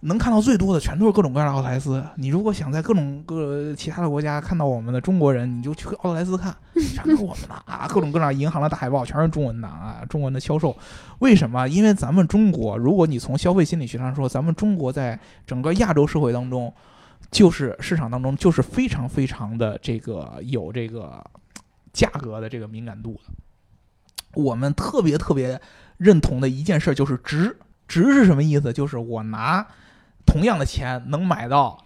Speaker 3: 能看到最多的全都是各种各样的奥特莱斯？你如果想在各种各其他的国家看到我们的中国人，你就去奥特莱斯看，全都是我们的啊！各种各样银行的大海报全是中文的啊，中文的销售。为什么？因为咱们中国，如果你从消费心理学上说，咱们中国在整个亚洲社会当中。就是市场当中，就是非常非常的这个有这个价格的这个敏感度的。我们特别特别认同的一件事就是值，值是什么意思？就是我拿同样的钱能买到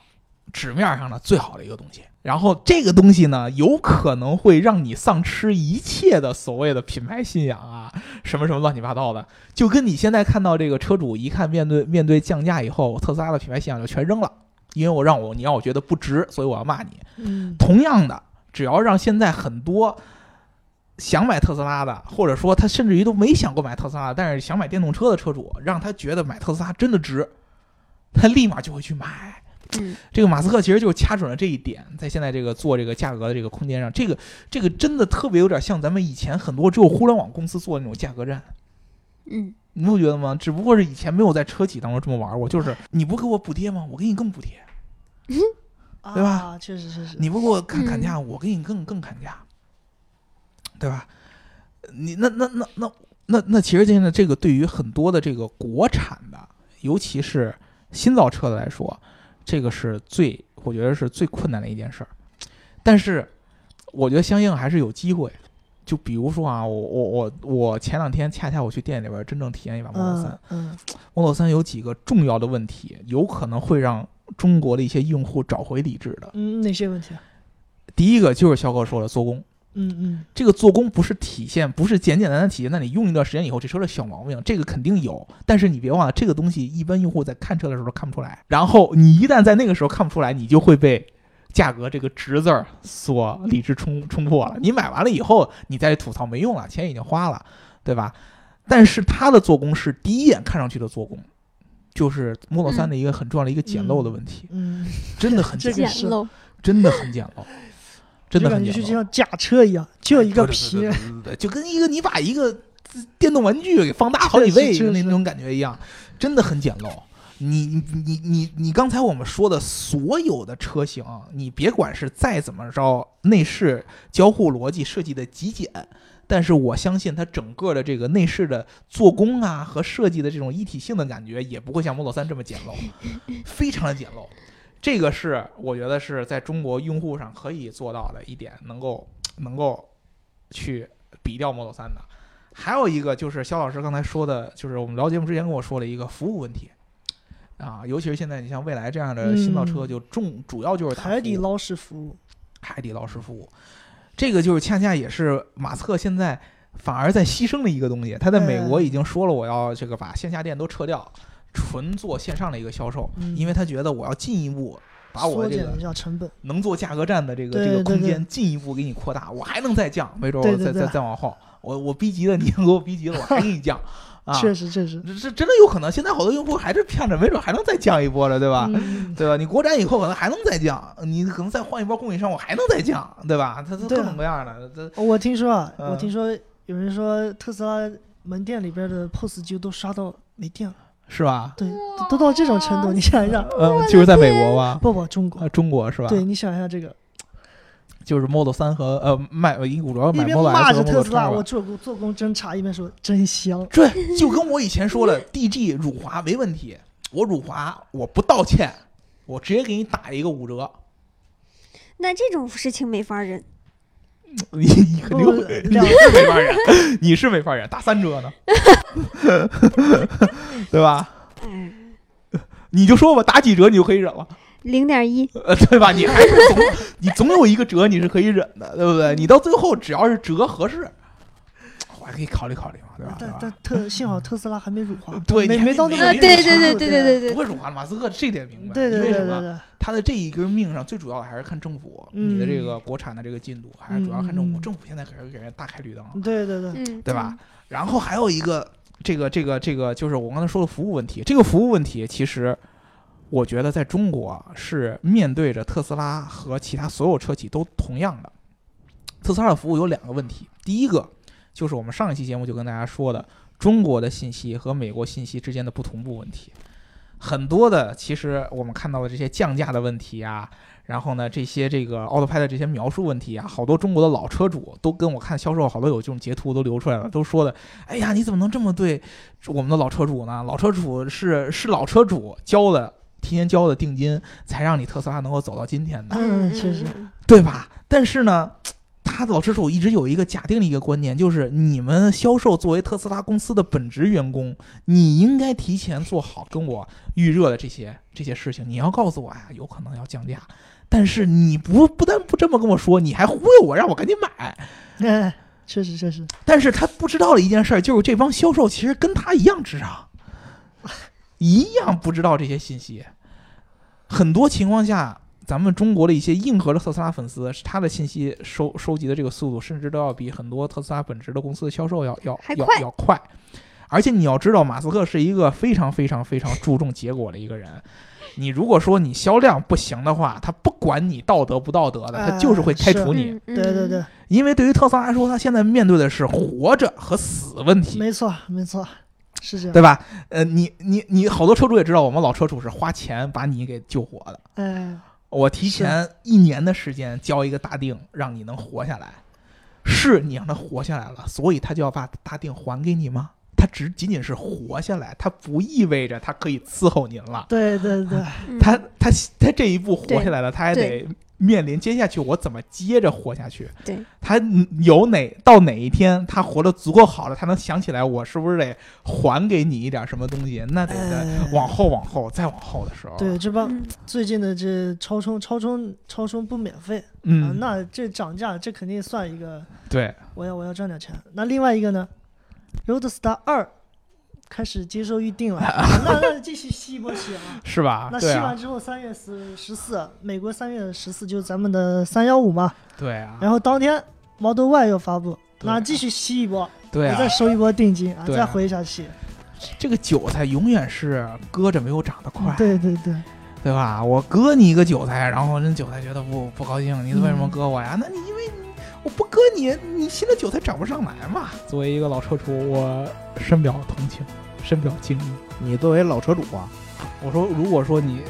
Speaker 3: 纸面上的最好的一个东西，然后这个东西呢，有可能会让你丧失一切的所谓的品牌信仰啊，什么什么乱七八糟的，就跟你现在看到这个车主一看面对面对降价以后，特斯拉的品牌信仰就全扔了，因为我让我你让我觉得不值，所以我要骂你。
Speaker 4: 嗯，
Speaker 3: 同样的，只要让现在很多想买特斯拉的，或者说他甚至于都没想过买特斯拉，但是想买电动车的车主，让他觉得买特斯拉真的值，他立马就会去买。
Speaker 1: 嗯，
Speaker 3: 这个马斯克其实就是掐准了这一点，在现在这个做这个价格的这个空间上，这个这个真的特别有点像咱们以前很多只有互联网公司做的那种价格战。
Speaker 1: 嗯，
Speaker 3: 你不觉得吗？只不过是以前没有在车企当中这么玩过，就是你不给我补贴吗？我给你更补贴。对吧
Speaker 4: 啊？确实确实，
Speaker 3: 你不给我砍砍价，我给你更更砍价，对吧？你那那那那那那，其实现在这个对于很多的这个国产的，尤其是新造车的来说，这个是最我觉得是最困难的一件事儿。但是我觉得相应还是有机会。就比如说啊，我我我我前两天恰恰我去店里边儿真正体验一把 Model 三、
Speaker 4: 嗯嗯，
Speaker 3: Model 3有几个重要的问题，有可能会让中国的一些用户找回理智的。
Speaker 4: 嗯，哪些问题啊？
Speaker 3: 第一个就是肖哥说的做工，
Speaker 4: 嗯嗯，
Speaker 3: 这个做工不是体现，不是简简单单体现在你用一段时间以后这车的小毛病，这个肯定有。但是你别忘了，这个东西一般用户在看车的时候都看不出来，然后你一旦在那个时候看不出来，你就会被。价格这个值字儿所理智冲冲破了，你买完了以后，你再吐槽没用了，钱已经花了，对吧？但是它的做工是第一眼看上去的做工，就是 Model 3
Speaker 1: 嗯
Speaker 3: 的一个很重要的一个简陋的问题，
Speaker 4: 嗯，
Speaker 3: 真的很
Speaker 4: 这
Speaker 3: 简
Speaker 4: 个
Speaker 1: 简
Speaker 4: 是
Speaker 1: 陋。
Speaker 3: 真的很简陋，真的
Speaker 4: 就
Speaker 3: 很
Speaker 4: 感
Speaker 3: 简
Speaker 4: 觉
Speaker 3: 陋，
Speaker 4: 就像假车一样，就一个
Speaker 3: 哎对
Speaker 4: 皮
Speaker 3: 对对，对对对就跟一个你把一个电动玩具给放大好几倍
Speaker 4: 是是是
Speaker 3: 那那种感觉一样，真的很简陋。你你你你你刚才我们说的所有的车型，你别管是再怎么着，内饰交互逻辑设计的极简，但是我相信它整个的这个内饰的做工啊和设计的这种一体性的感觉，也不会像 Model 3这么简陋，非常的简陋。这个是我觉得是在中国用户上可以做到的一点，能够能够去比掉 Model 3的。还有一个就是肖老师刚才说的，就是我们聊节目之前跟我说了一个服务问题，啊，尤其是现在你像蔚来这样的新造车，
Speaker 4: 嗯
Speaker 3: 就重、主要就是打
Speaker 4: 海底
Speaker 3: 服务
Speaker 4: 捞式服务，
Speaker 3: 海底捞式服务，这个就是恰恰也是马斯克现在反而在牺牲的一个东西。他在美国已经说了，我要这个把线下店都撤掉，纯做线上的一个销售，
Speaker 4: 嗯
Speaker 3: 因为他觉得我要进一步把我
Speaker 4: 缩
Speaker 3: 的这
Speaker 4: 减
Speaker 3: 个
Speaker 4: 一下成本。
Speaker 3: 能做价格战的这个
Speaker 4: 对
Speaker 3: 这个空
Speaker 4: 对
Speaker 3: 间进一步给你扩大，我还能再降，没准
Speaker 4: 对
Speaker 3: 我
Speaker 4: 对
Speaker 3: 再
Speaker 4: 对
Speaker 3: 再再往后，我我逼急了，你 给我逼急了，我还给你降啊。
Speaker 4: 确实，确实，
Speaker 3: 这这真的有可能，现在好多用户还是骗着，没准还能再降一波的，对吧？
Speaker 4: 嗯，
Speaker 3: 对吧？你国产以后可能还能再降，你可能再换一波供应商，我还能再降，对吧？它它
Speaker 4: 对啊
Speaker 3: 各种各样的，它
Speaker 4: 我听说啊，
Speaker 3: 嗯
Speaker 4: 我听说有人说特斯拉门店里边的 POS 机都刷到没电了，
Speaker 3: 是吧？
Speaker 4: 对，都都到这种程度，你想一下，
Speaker 3: 嗯，就是在美国吧，
Speaker 4: 不不，中国
Speaker 3: 呃，，中国是吧？
Speaker 4: 啊对，你想一下这个，
Speaker 3: 就是 Model 三和呃卖一股主要
Speaker 4: 一
Speaker 3: 买
Speaker 4: 边
Speaker 3: Model
Speaker 4: 骂
Speaker 3: S
Speaker 4: 着
Speaker 3: 和 Model
Speaker 4: 特斯拉，
Speaker 3: X
Speaker 4: 我
Speaker 3: 吧。
Speaker 4: 做工做工真差，一边说真香，
Speaker 3: 对，就跟我以前 说了，DG 辱华没问题，我辱华我不道歉，我直接给你打一个五折，
Speaker 1: 那这种事情没法忍。
Speaker 3: 你你肯定
Speaker 4: 不
Speaker 3: 会，你
Speaker 4: 两
Speaker 3: 是没法忍， 你是没法忍，打三折 呢， 对吧？
Speaker 1: 嗯，
Speaker 3: 你就说吧，打几折你就可以忍了。
Speaker 1: 零点一，
Speaker 3: 呃，对吧？你还是总你总有一个折你是可以忍的，对不对？你到最后只要是折合适，我还可以考虑考虑嘛，对吧？对
Speaker 4: 但
Speaker 3: 吧
Speaker 4: 但特幸好特斯拉还 没辱华，
Speaker 3: 对
Speaker 4: 没
Speaker 3: 你还
Speaker 4: 没到那
Speaker 3: 没
Speaker 4: 个
Speaker 3: 啊
Speaker 4: 地步
Speaker 3: 对对
Speaker 1: 对
Speaker 4: 呃对
Speaker 1: 对对 对
Speaker 3: 不会辱华的马斯克这点明白，
Speaker 4: 对对
Speaker 3: 因为
Speaker 4: 对
Speaker 3: 什
Speaker 4: 对
Speaker 3: 么？
Speaker 4: 对，
Speaker 3: 他的这一根命上，最主要的还是看政府，你的这个国产的这个进度，还是主要看政府。
Speaker 4: 嗯
Speaker 3: 政府现在可是给人大开绿灯了，
Speaker 4: 对对对，
Speaker 1: 嗯，
Speaker 3: 对吧？然后还有一个，这个这个这个，就是我刚才说的服务问题。这个服务问题，其实我觉得在中国是面对着特斯拉和其他所有车企都同样的。特斯拉的服务有两个问题，第一个就是我们上一期节目就跟大家说的，中国的信息和美国信息之间的不同步问题。很多的，其实我们看到的这些降价的问题啊，然后呢，这些这个 AutoPilot 的这些描述问题啊，好多中国的老车主都跟我看销售好多有这种截图都流出来了，都说的，哎呀，你怎么能这么对我们的老车主呢？老车主是是老车主交了提前交的定金，才让你特斯拉能够走到今天的，
Speaker 4: 嗯确实
Speaker 1: 嗯
Speaker 3: 对吧？但是呢，他的老车主一直有一个假定的一个观念，就是你们销售作为特斯拉公司的本职员工，你应该提前做好跟我预热的这些这些事情。你要告诉我呀，有可能要降价，但是你不不但不这么跟我说，你还忽悠我，让我赶紧买。嗯
Speaker 4: 哎，确实确实，
Speaker 3: 但是他不知道的一件事儿，就是这帮销售其实跟他一样智障，一样不知道这些信息。很多情况下，咱们中国的一些硬核的特斯拉粉丝，他的信息收收集的这个速度，甚至都要比很多特斯拉本职的公司的销售要要
Speaker 1: 还
Speaker 3: 要
Speaker 1: 快
Speaker 3: 要快。而且你要知道，马斯克是一个非常非常非常注重结果的一个人。你如果说你销量不行的话，他不管你道德不道德的，他就是会
Speaker 4: 哎
Speaker 3: 开除
Speaker 1: 嗯
Speaker 3: 你。
Speaker 1: 嗯
Speaker 4: 对对对，
Speaker 3: 因为对于特斯拉来说，它现在面对的是活着和死问题，
Speaker 4: 没错没错，是这样，
Speaker 3: 对吧？呃，你你你，好多车主也知道，我们老车主是花钱把你给救活的。
Speaker 4: 哎，
Speaker 3: 我提前一年的时间交一个大定，让你能活下来，是你让他活下来了，所以他就要把大定还给你吗？他只仅仅是活下来，他不意味着他可以伺候您了。
Speaker 4: 对 对对，
Speaker 1: 嗯
Speaker 3: 他他他这一步活下来了，他还
Speaker 1: 对
Speaker 3: 得面临接下去我怎么接着活下去。
Speaker 1: 对，
Speaker 3: 他有哪到哪一天他活得足够好了，他能想起来我是不是得还给你一点什么东西？那得在
Speaker 4: 哎
Speaker 3: 往后往后再往后的时候，
Speaker 4: 对，，这帮
Speaker 1: 嗯
Speaker 4: 最近的这超充超充超充不免费啊，
Speaker 3: 嗯，
Speaker 4: 那这涨价这肯定算一个，
Speaker 3: 对，
Speaker 4: 我要我要赚点钱。那另外一个呢，Roadstar 二开始接受预 定了，啊那那继续吸一波血啊。
Speaker 3: 是吧？
Speaker 4: 那吸
Speaker 3: 对
Speaker 4: 完
Speaker 3: 啊，
Speaker 4: 之后，三月十十四，美国三月十四就是咱们的三幺五嘛，
Speaker 3: 对啊，
Speaker 4: 然后当天 Model Y 又发布，
Speaker 3: 对啊
Speaker 4: 那继续吸一波，
Speaker 3: 对
Speaker 4: 我再
Speaker 3: 啊，
Speaker 4: 收一波定金啊，
Speaker 3: 对啊
Speaker 4: 再回一下血。
Speaker 3: 这个韭菜永远是割着没有长得快，
Speaker 4: 对对对，
Speaker 3: 对吧？我割你一个韭菜，然后人韭菜觉得不不高兴，你为什么割我呀？那你因为你我不割你，你新的韭菜长不上来嘛。作为一个老车主，我深表同情，深表敬意。
Speaker 2: 你作为老车主啊，
Speaker 3: 我说，如果说你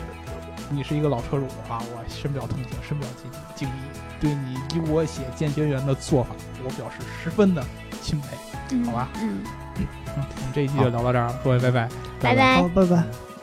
Speaker 3: 你是一个老车主的话，我深表同情，深表敬敬意，对你以我写间学员的做法，我表示十分的钦佩。
Speaker 1: 嗯
Speaker 3: 好吧，
Speaker 1: 嗯，
Speaker 3: 嗯，我们这一期就聊到这儿了，各位拜拜，
Speaker 1: 拜拜
Speaker 4: 好，拜拜。
Speaker 3: 拜。